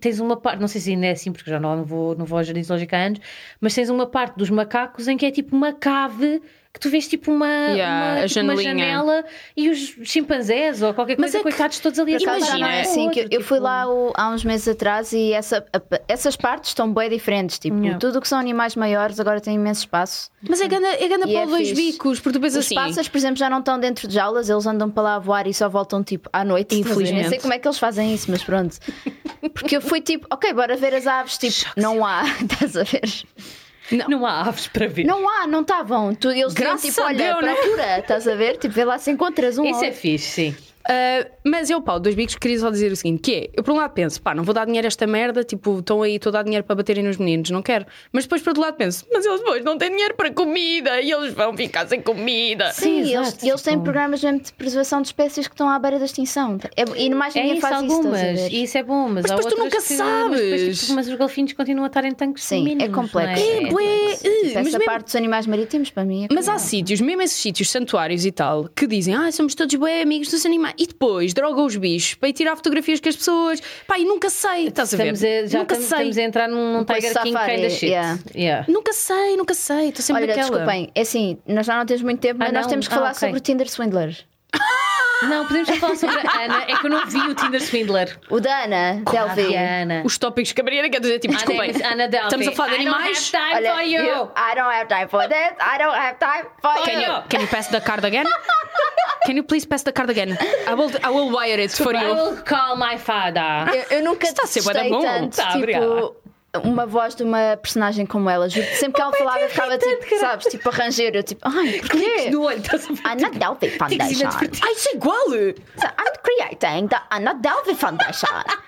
tens uma parte, não sei se ainda é assim, porque já não vou, não vou ao jardim zoológico há anos, mas tens uma parte dos macacos em que é tipo uma cave que tu vês tipo uma, Yeah, uma, a tipo uma janelinha. janela e os chimpanzés ou qualquer Mas coisa, é que- coitados, todos ali Por a acaso já não caminhar é imagina, um assim, ao que eu, outro, eu fui tipo- lá o- há uns meses atrás e essa- a- essas partes estão bem diferentes. Tipo, Yeah. tudo o que são animais maiores agora tem imenso espaço. Mas é ganda, é ganda E é para dois fixe. bicos, porque tu pensas Os assim. pássaros, por exemplo, já não estão dentro de jaulas, eles andam para lá a voar e só voltam tipo à noite. Infelizmente. Nem sei como é que eles fazem isso, mas pronto. Porque eu fui tipo, ok, bora ver as aves. Tipo, não há, estás a ver? Não há aves para ver. Não há, não estavam. Tu- Eles diziam Graças tipo, a olha, Deus, né? procura, estás a ver? Tipo, vê lá se encontras um. Isso ou é fixe, sim. Ah, mas eu, Paulo, dois bicos, queria só dizer o seguinte: que é, eu por um lado penso, pá, não vou dar dinheiro a esta merda, tipo, estão aí, estou a dar dinheiro para baterem nos meninos, não quero. Mas depois, por outro lado, penso, mas eles depois não têm dinheiro para comida e eles vão ficar sem comida. Sim, Sim, eles, exato, eles têm tipo- programas mesmo de preservação de espécies que estão à beira da extinção. É- e mais É ninguém isso, faz isso. estás a algumas. ver? e isso é bom, mas, Mas há depois tu nunca outras que- Mas, depois, tipo, sabes. mas os golfinhos continuam a estar em tanques Sim, é mínimos, não complexo. É, bué, Tipo, mas essa mesmo- parte dos animais marítimos, para mim, é Mas há complicado. sítios, mesmo esses sítios, santuários e tal, que dizem, ah, somos todos bem amigos dos animais. E depois drogam os bichos para ir tirar fotografias com as pessoas. Pá, e nunca sei, estás a ver? Estamos a, já nunca estamos, sei. estamos a entrar num, num Depois Tiger King safari, kind of shit. yeah. Yeah. Nunca sei, nunca sei. Estou sempre Olha, naquela. desculpem, é assim, nós já não temos muito tempo, Ah, mas nós não? temos que Ah, falar ok. sobre o Tinder Swindler. Não, podemos já falar sobre a Ana. É que eu não vi o Tinder Swindler. O da Ana Delvey. vi a Ana. Os tópicos que a Mariana quer dizer, Ah, tipo, desculpem. Ana, Ana Delphi. Estamos a falar de I don't animais? have time Olha, for you. you- I don't have time for that. I don't have time for Can you. you, can you pass the card again? Can you please pass the card again? I will, I will wire it for I you. will call my father. Eu, eu nunca Está a ser bué da detestei bom. tanto, Tá, obrigada. tipo, uma voz de uma personagem como ela. Juro que sempre que ela falava, eu ficava tipo, sabes, tipo a ranger. Eu tipo, ai, Cliques porquê? no olho, estás a ver? Ana Delvey Foundation. Ai, isso é igual! So I'm creating the Ana Delvey Foundation.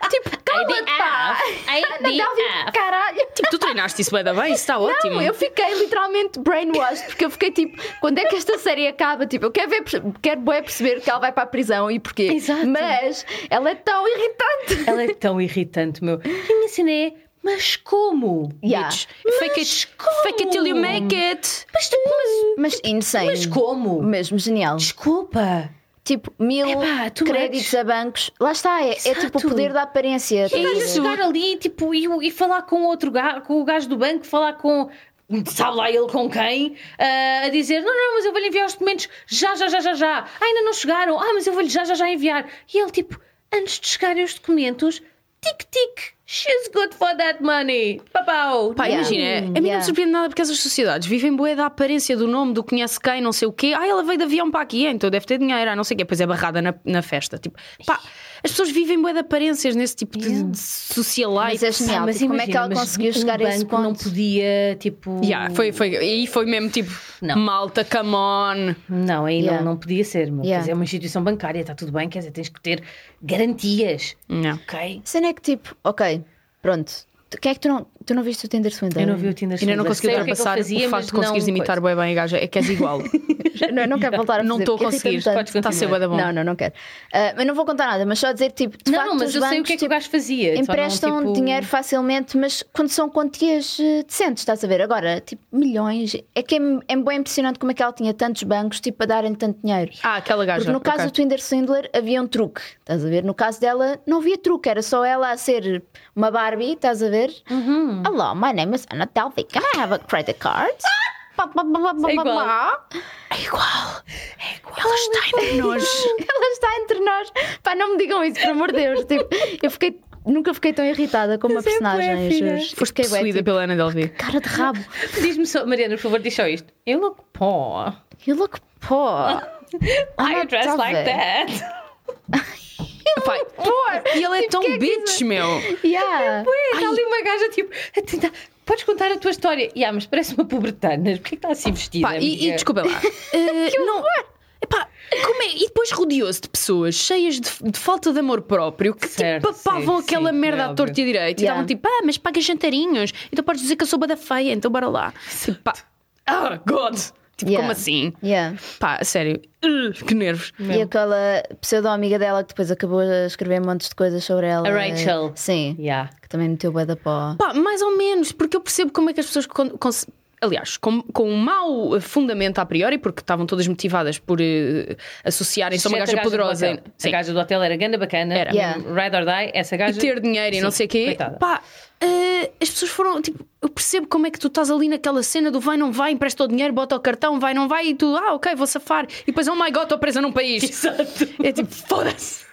tipo, cala-te, pá. ADF. Ana Delvey, caralho. Tipo, tu treinaste isso bem, bem, isso está ótimo. Não, eu fiquei literalmente brainwashed porque eu fiquei tipo, quando é que esta série acaba? Tipo, eu quero ver, quero bem perceber que ela vai para a prisão e porquê. Exato. Mas ela é tão irritante. Ela é tão irritante, meu. E a minha cena é, mas como? Yeah. Bitch. Fake it, como? fake it till you make it. Mas, tu- mas, Mas insane. mas como? Mesmo genial. Desculpa. Tipo, mil Epá, too créditos much. a bancos. Lá está, é, é tipo o Exato. poder da E aparência. Estás a vais ver? chegar ali tipo, e, e falar com outro gajo, com o gajo do banco, falar com. Sabe lá ele com quem? ah, a dizer: Não, não, mas eu vou-lhe enviar os documentos já, já, já, já, já. "Ah, ainda não chegaram. Ah, mas eu vou-lhe já, já, já enviar. E ele, tipo, antes de chegarem os documentos, tic-tic, she's good for that money. Papau. Pá, Yeah. imagina, é, a mim não Yeah. me surpreende nada porque essas sociedades vivem boé da aparência do nome, do conhece quem, não sei o quê. Ah, ela veio de avião para aqui, então deve ter dinheiro, ah, não sei o quê. Pois é barrada na, na festa. Tipo, pá, as pessoas vivem boé de aparências nesse tipo de, de socialite. Mas é genial. Ah, tipo, como é que ela mas conseguiu chegar um a esse banco ponto? Não podia, tipo. Yeah, foi, foi, aí foi mesmo tipo, Não. malta, come on. Não, aí Yeah. não, não podia ser. Meu. Quer Yeah. dizer, é uma instituição bancária, está tudo bem, quer dizer, tens que ter garantias. Não. Ok? A cena é que tipo, ok, pronto. Tu, que é que tu não, tu não viste o Tinder Swindler? Eu não vi o Tinder Ainda não consegui Swindler. Sei o que é que ultrapassar eu o, fazia, facto mas de conseguires não imitar coisa. bem bem a gaja, é que és igual. não, não quero voltar a Não fazer, estou a porque conseguir. irrita-me tanto. Está a ser bué da bom. Não, não, não quero. Ah, mas não vou contar nada, mas só dizer tipo, de Não, facto, mas os eu bancos, sei o que é que tipo, o gajo fazia. só emprestam não, tipo, dinheiro facilmente, mas quando são quantias eh, decentes, estás a ver? Agora, tipo, milhões. É que é, é bem impressionante como é que ela tinha tantos bancos tipo, a darem tanto dinheiro. Ah, aquela gaja. Porque no caso ok. do Tinder Swindler havia um truque, estás a ver? No caso dela não havia truque, era só ela a ser uma Barbie, estás a ver? Uhum. Hello, my name is Anna Delvey. Can I have a credit card? Ah! Pá, pá, pá, pá, pá, É pá, igual. pá. Ela está entre nós. Ela está entre nós. Pá, não me digam isso, por amor de Deus. Tipo, eu fiquei, nunca fiquei tão irritada com uma Mas é bué, personagem. filha. juro. Foste Fiquei bué, possuída tipo, pela Ana Delvey. Cara de rabo. Diz-me só, Mariana, por favor, diz só isto. Eu look Ah, poor. You look poor. I Ana dress tá Tava. like that. Pá, e ele Tipo, é tão bitch, meu. Yeah. Ué, está ali uma gaja tipo a tentar. Podes contar a tua história. Yeah, mas parece uma pobretanas. Porquê que está assim vestida? Pá, e, e amiga? desculpa lá. eh, não, epá, como é? E depois rodeou-se de pessoas cheias de, de falta de amor próprio que Certo, tipo, papavam sim, aquela sim, merda é à óbvio. torta e direito e Yeah. davam tipo, ah, mas paga jantarinhos, então podes dizer que eu sou bada feia, então bora lá. Tipo, pá, ah, God! Tipo, Tipo, Yeah. como assim? Yeah. Pá, sério, Uh, que nervos. Mesmo. E aquela pseudo-amiga dela que depois acabou a escrever montes de coisas sobre ela. A Rachel. Sim. Yeah. Que também meteu bué da pó. Pá, mais ou menos, porque eu percebo como é que as pessoas. con- cons- Aliás, com, com um mau eh, fundamento a priori, porque estavam todas motivadas por eh, associarem só uma Exceto gaja poderosa. do hotel. Sim. A gaja do hotel era ganda bacana. Era. Yeah. Ride or die, essa e gaja. ter dinheiro e não Sim, sei o quê. coitada. Pá, eh, as pessoas foram, tipo, eu percebo como é que tu estás ali naquela cena do vai, não vai, empresta o dinheiro, bota o cartão, vai, não vai, e tu, ah, ok, vou safar. E depois, oh my god, estou presa num país. Exato. é tipo, foda-se.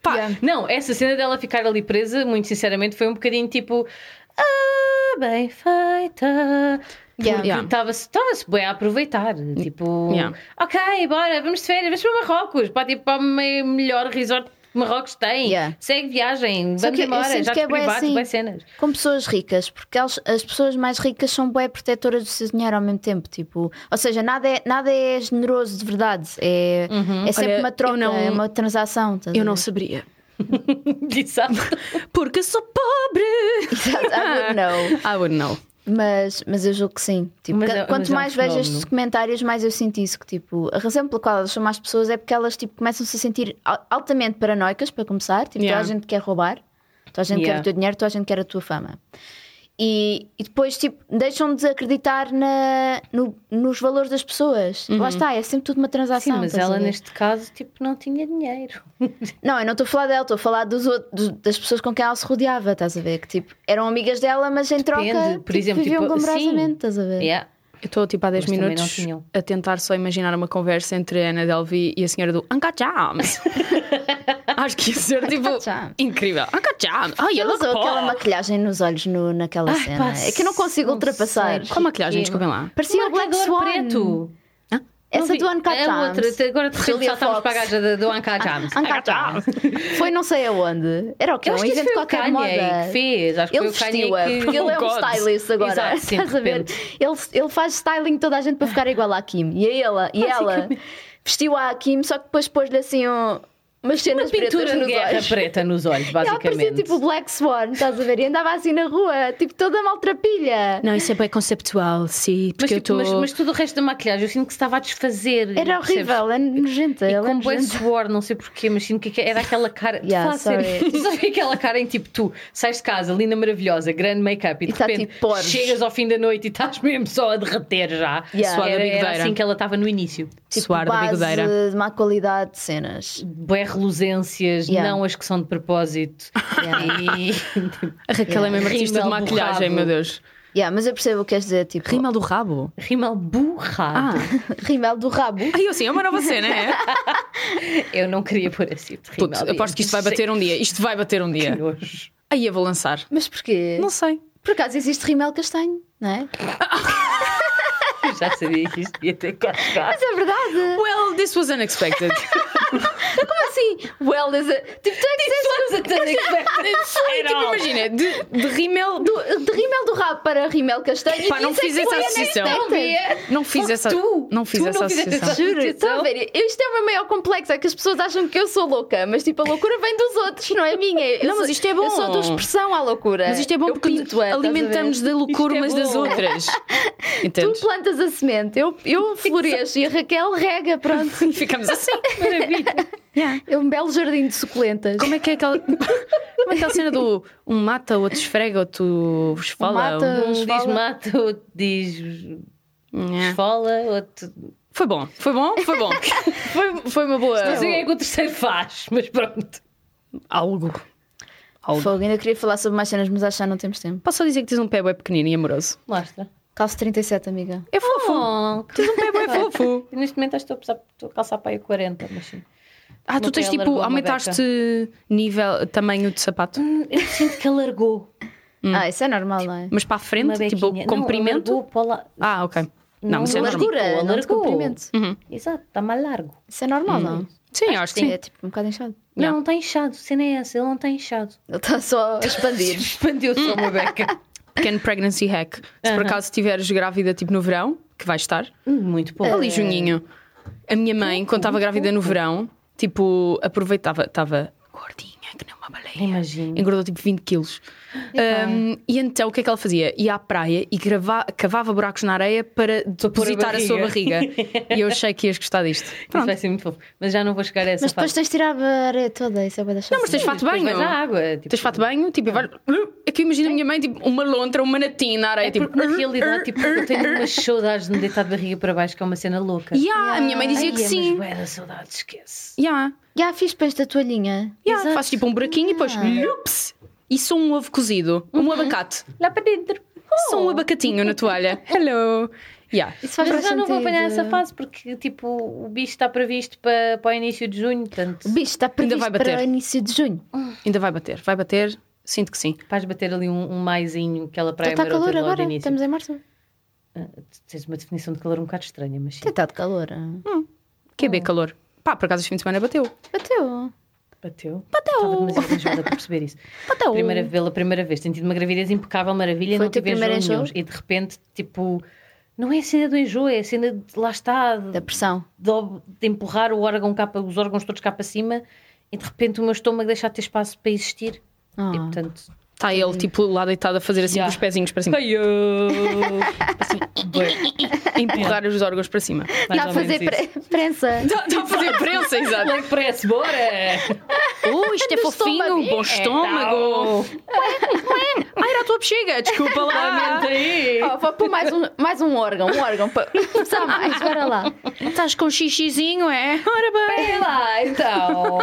Pá, Yeah. Não, essa cena dela ficar ali presa, muito sinceramente, foi um bocadinho tipo. Ah, bem feita. Yeah. Porque Yeah. estava-se estava-se bem a aproveitar. Tipo, Yeah. ok, bora, vamos de férias, vamos para Marrocos. Para, tipo, para o me- melhor resort que Marrocos tem. Yeah. Segue viagem, Só vamos que eu embora, sinto já que te é bué privados, assim. bué cenas. Com pessoas ricas, porque elas- as pessoas mais ricas são bué protetoras do seu dinheiro ao mesmo tempo. Tipo, ou seja, nada é, nada é generoso de verdade. É, Uhum. é sempre Olha, uma troca, eu não- é uma transação. estás a eu ver? não saberia. Exato. Porque sou pobre. Exato, I would know. I would know. Mas, mas eu julgo que sim. Tipo, Mas ca- é- mas quanto é um mais vejo fenómeno. estes documentários, mais eu sinto isso. Que, tipo, a razão pela qual elas são mais pessoas é porque elas tipo, começam-se a sentir al- altamente paranoicas, para começar. Tipo, Yeah. toda a gente quer roubar, toda a gente quer Yeah. o teu dinheiro, toda a gente quer a tua fama. E, e depois tipo, deixam de acreditar na, no- nos valores das pessoas. Lá está, é sempre tudo uma Uhum. Sim, transação. mas estás a ela ver? neste caso, tipo, não tinha dinheiro. Não, eu não estou a falar dela, estou a falar dos outros- dos- das pessoas com quem ela se rodeava, estás a ver? Que tipo, eram amigas dela, mas em troca Depende, por tipo, exemplo, viviam tipo, glamorosamente, sim. estás a ver? Yeah. Eu estou tipo há 10 Mas também não minutos tinham. a tentar só imaginar uma conversa entre a Ana Delvey e a senhora do Anka James. Acho que ia ser tipo Uncut Jams. incrível. Anka James. Ai, eu Ela usou é aquela louco. maquilhagem nos olhos no- naquela Ai, cena. Ah, pá, é que eu não consigo não ultrapassar. sei. Qual maquilhagem? Desculpem lá. Parecia Uma o Black cor Swan. preto. Não Essa vi- do Uncut A James. outra, te- agora de repente Julia saltámos Fox. para a gaja da- do Anka James. Uncut James. Foi não sei aonde. Era o quê? Eu Um acho que isso evento foi de o qualquer Kanye que moda. fez. Acho que Ele foi o Kanye vestiu-a, que... porque ele é Oh, um God. stylist agora. Exato, sim, Estás a ver? Ele, ele faz styling de toda a gente para ficar igual à Kim. E a ela, e ela vestiu a Kim, só que depois pôs-lhe assim um, Uma umas cenas pintura pretas nos guerra olhos. preta nos olhos, E Ela parecia basicamente. tipo o Black Swan, estás a ver? E andava assim na rua, tipo toda maltrapilha. Não, isso é bem conceptual, sim, mas, porque tipo, eu mas, estou. mas tudo o resto da maquilhagem, eu sinto que se estava a desfazer. percebes? Era horrível, é nojenta. E ela é com boi nojenta. suor, não sei porquê, mas sinto que era aquela cara. de Yeah, falar a sério, sorry. Tu sabes aquela cara em tipo, tu sais de casa, linda, maravilhosa, grande make-up, e de E tá repente tipo porres. chegas ao fim da noite e estás mesmo só a derreter já. Yeah. Suada Era, era bigodeira. assim que ela estava no início. Tipo, Suar da base bigodeira. de má qualidade de cenas. Bué reluzências, Yeah. não as que são de propósito. E A Raquel é mesmo artista de Rímel do maquilhagem, rabo. meu Deus. Yeah, mas eu percebo o que queres dizer, tipo, Rímel do rabo? rímel Ah, burrado. rímel do rabo. aí eu sim, é uma nova cena, é? Eu não queria pôr assim de rímel. Putz, aposto que isto vai bater um dia. Isto vai bater um Que dia. nojo. Aí eu vou lançar. Mas porquê? Não sei. Por acaso existe rímel castanho, não é? Eu já sabia que isto ia ter cascado. Mas é verdade. Well, this was unexpected. Como assim? Well, is a... Tipo, tu é que disseste um Foi, tipo, imagina, de, de rímel. do- de rímel do rabo para rímel castanho. Pá, e não isso é fiz que essa foi associação. unexpected. Não fiz Porque essa. tu- não fiz tu essa não fizeste associação. essa- Juro, estão a ver? Eu- Isto é uma maior complexa, é que as pessoas acham que eu sou louca, mas tipo, a loucura vem dos outros, não é minha. Eu Não, mas sou- isto é bom. Eu sou da expressão à loucura. Mas isto é bom Eu porque pinto-a, estás a ver? alimentamos da loucura Isto é umas das bom. outras. Tu Entendes? plantas a semente, eu, eu floresço e a Raquel rega, pronto. Ficamos assim. É um belo jardim de suculentas. Como é que é aquela. Como é aquela cena do um mata, outro esfrega, outro vos fala? mata- Um diz Esfola. mata, outro diz um- É. esfola, outro. Foi bom, foi bom, foi bom. foi, foi uma boa. Não sei o que é que o terceiro faz, mas pronto. Algo. Algo. Fogo, ainda queria falar sobre mais cenas, mas acho que já não temos tempo. Posso só dizer que tens um pé bem pequenino e amoroso. Mostra. Calço 37, amiga. É fofo. Oh, Tens um pé bem fofo. que- Neste momento acho que estou a, pesar, estou a calçar para aí 40, mas sim. Ah, tu Uma tens pé tipo, largou, uma aumentaste nível, tamanho de sapato. Hum, Eu sinto que alargou Hum. Ah, isso é normal, não é? Mas para a uma frente, bequinha. tipo, Não, comprimento. alargou para lá. Ah, ok. Não, isso é normal. largura, esticou, não de alargou. comprimento. Uhum. Exato, está mais largo. Isso é normal, não? Sim, Hum. acho que Sim, sim. é tipo um bocado inchado. Yeah. Não, não está inchado. A cena é essa, ele não está inchado. Ele está só a expandir. Expandiu só uma beca. Pequeno pregnancy hack. Se por Aham. acaso estiveres grávida, tipo no verão, que vais estar, Muito pouco. ali junhinho. A minha mãe, quando estava grávida no verão, tipo, aproveitava, estava gordinha, que nem uma baleia. Imagino. Engordou tipo 20 quilos. Um, e então o que é que ela fazia? Ia à praia e grava- cavava buracos na areia para depositar a, sua barriga. e eu achei que ias gostar disto. Isso Pronto. vai ser muito fofo. Mas já não vou chegar a essa Mas depois parte. tens de tirar a areia toda, isso é bué da Não, mas tens fato Depois bem, vais à água. Tipo, Tens fato banho, tipo, e vai. É que eu imagino a minha mãe, tipo, uma lontra, uma natina na areia, É tipo. porque na realidade, tipo, eu tenho umas saudades de me deitar de barriga para baixo, que é uma cena louca. Yeah, A minha mãe dizia Ai, que é, sim. Mas bué da saudade, esquece. Yeah. Já fiz depois da toalhinha. Yeah. Exato. Ah. Fazes tipo um buraquinho e depois. Ups! E só um ovo cozido. Uhum. Um abacate. Lá para dentro. Só um abacatinho na toalha. Hello! Yeah. Isso faz Oh, Mas eu bué já não vou sentido. apanhar essa fase porque, tipo, o bicho está previsto para, para o início de junho, portanto, O bicho está previsto vai bater. para o início de junho. Ainda vai bater, vai bater, sinto que sim. vais bater ali um, um maisinho, aquela Já praia Tá, marota está Então tá calor logo de agora, início. estamos em março. Ah, tu Tens uma definição de calor um bocado estranha, mas sim. Tem estado calor. Hum. Que é bem calor. Pá, por acaso este fim de semana bateu. Bateu. Bateu. Bateu. Estava demasiado enjoada para perceber isso. Bateu. Primeira vez, pela primeira vez, sentido uma gravidez impecável, maravilha, Então. Foi não o teu tive enjoo primeiro nenhum. enjoo? E de repente, tipo, não é a cena do enjoo, é a cena de lá está, de, Da pressão. de- de empurrar o órgão cá para, os órgãos todos cá para cima e de repente o meu estômago deixar de ter espaço para existir. Ah. E portanto. Está ele, tipo, lá deitado a fazer assim Já. com os pezinhos para cima. Ai, eu- assim, bué, a Empurrar os órgãos para cima. mais Está a ou fazer menos isso. pre- prensa. Está Tá, a fazer prensa, exato. Leg press, bora! Uh, isto é Do fofinho, estômago. bom estômago. Ah, era a tua bexiga, desculpa lá. Lamenta aí! Ó, vou pôr mais um, mais um órgão, um órgão para começar mais, bora lá. Estás com um xixizinho, é? Ora bem. Sei lá, então!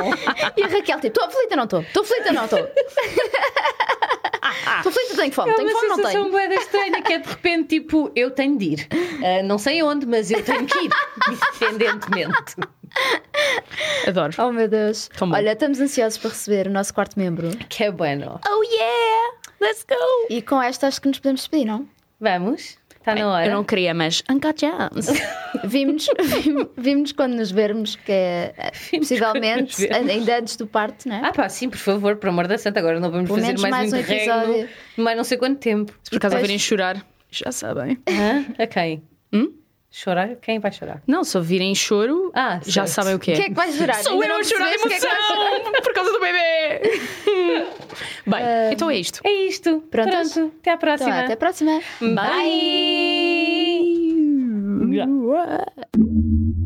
E a Raquel, tipo, estou aflita ou não estou? Estou aflita ou não estou? Estou aflita, tenho fome, É tenho uma fome ou Ah, não sensação tenho? bué da estranha que é de repente tipo, eu tenho de ir. Ah, não sei onde, mas eu tenho que ir. Independentemente. Adoro. Oh meu Deus. Tão bom. Olha, estamos ansiosos para receber o nosso quarto membro. Que é bueno. Oh yeah, let's go. E com esta acho que nos podemos despedir, não? Vamos? Está na hora. Eu não queria, mas Uncle James. Vimos-nos vimos quando nos vermos, que é eh, possivelmente nos vermos. ainda antes do parto, não é? Ah pá, sim, por favor, por amor da santa, agora não vamos Pelo fazer menos mais, mais um um interregno, episódio. mais não sei quanto tempo. Se por acaso Pois. ouvirem chorar, já sabem. Hã? A quem? Hum? Chorar? Quem vai chorar? Não, se ouvirem choro, Ah, já certo. sabem o que O é. que é que vais jurar? Sou Ainda eu não a chorar de percebeste o que é que emoção vais jurar. por causa do bebê. Bem, Ah. então é isto. É isto. Prontas? Pronto. Até à Então, próxima. até a próxima. Bye. Bye.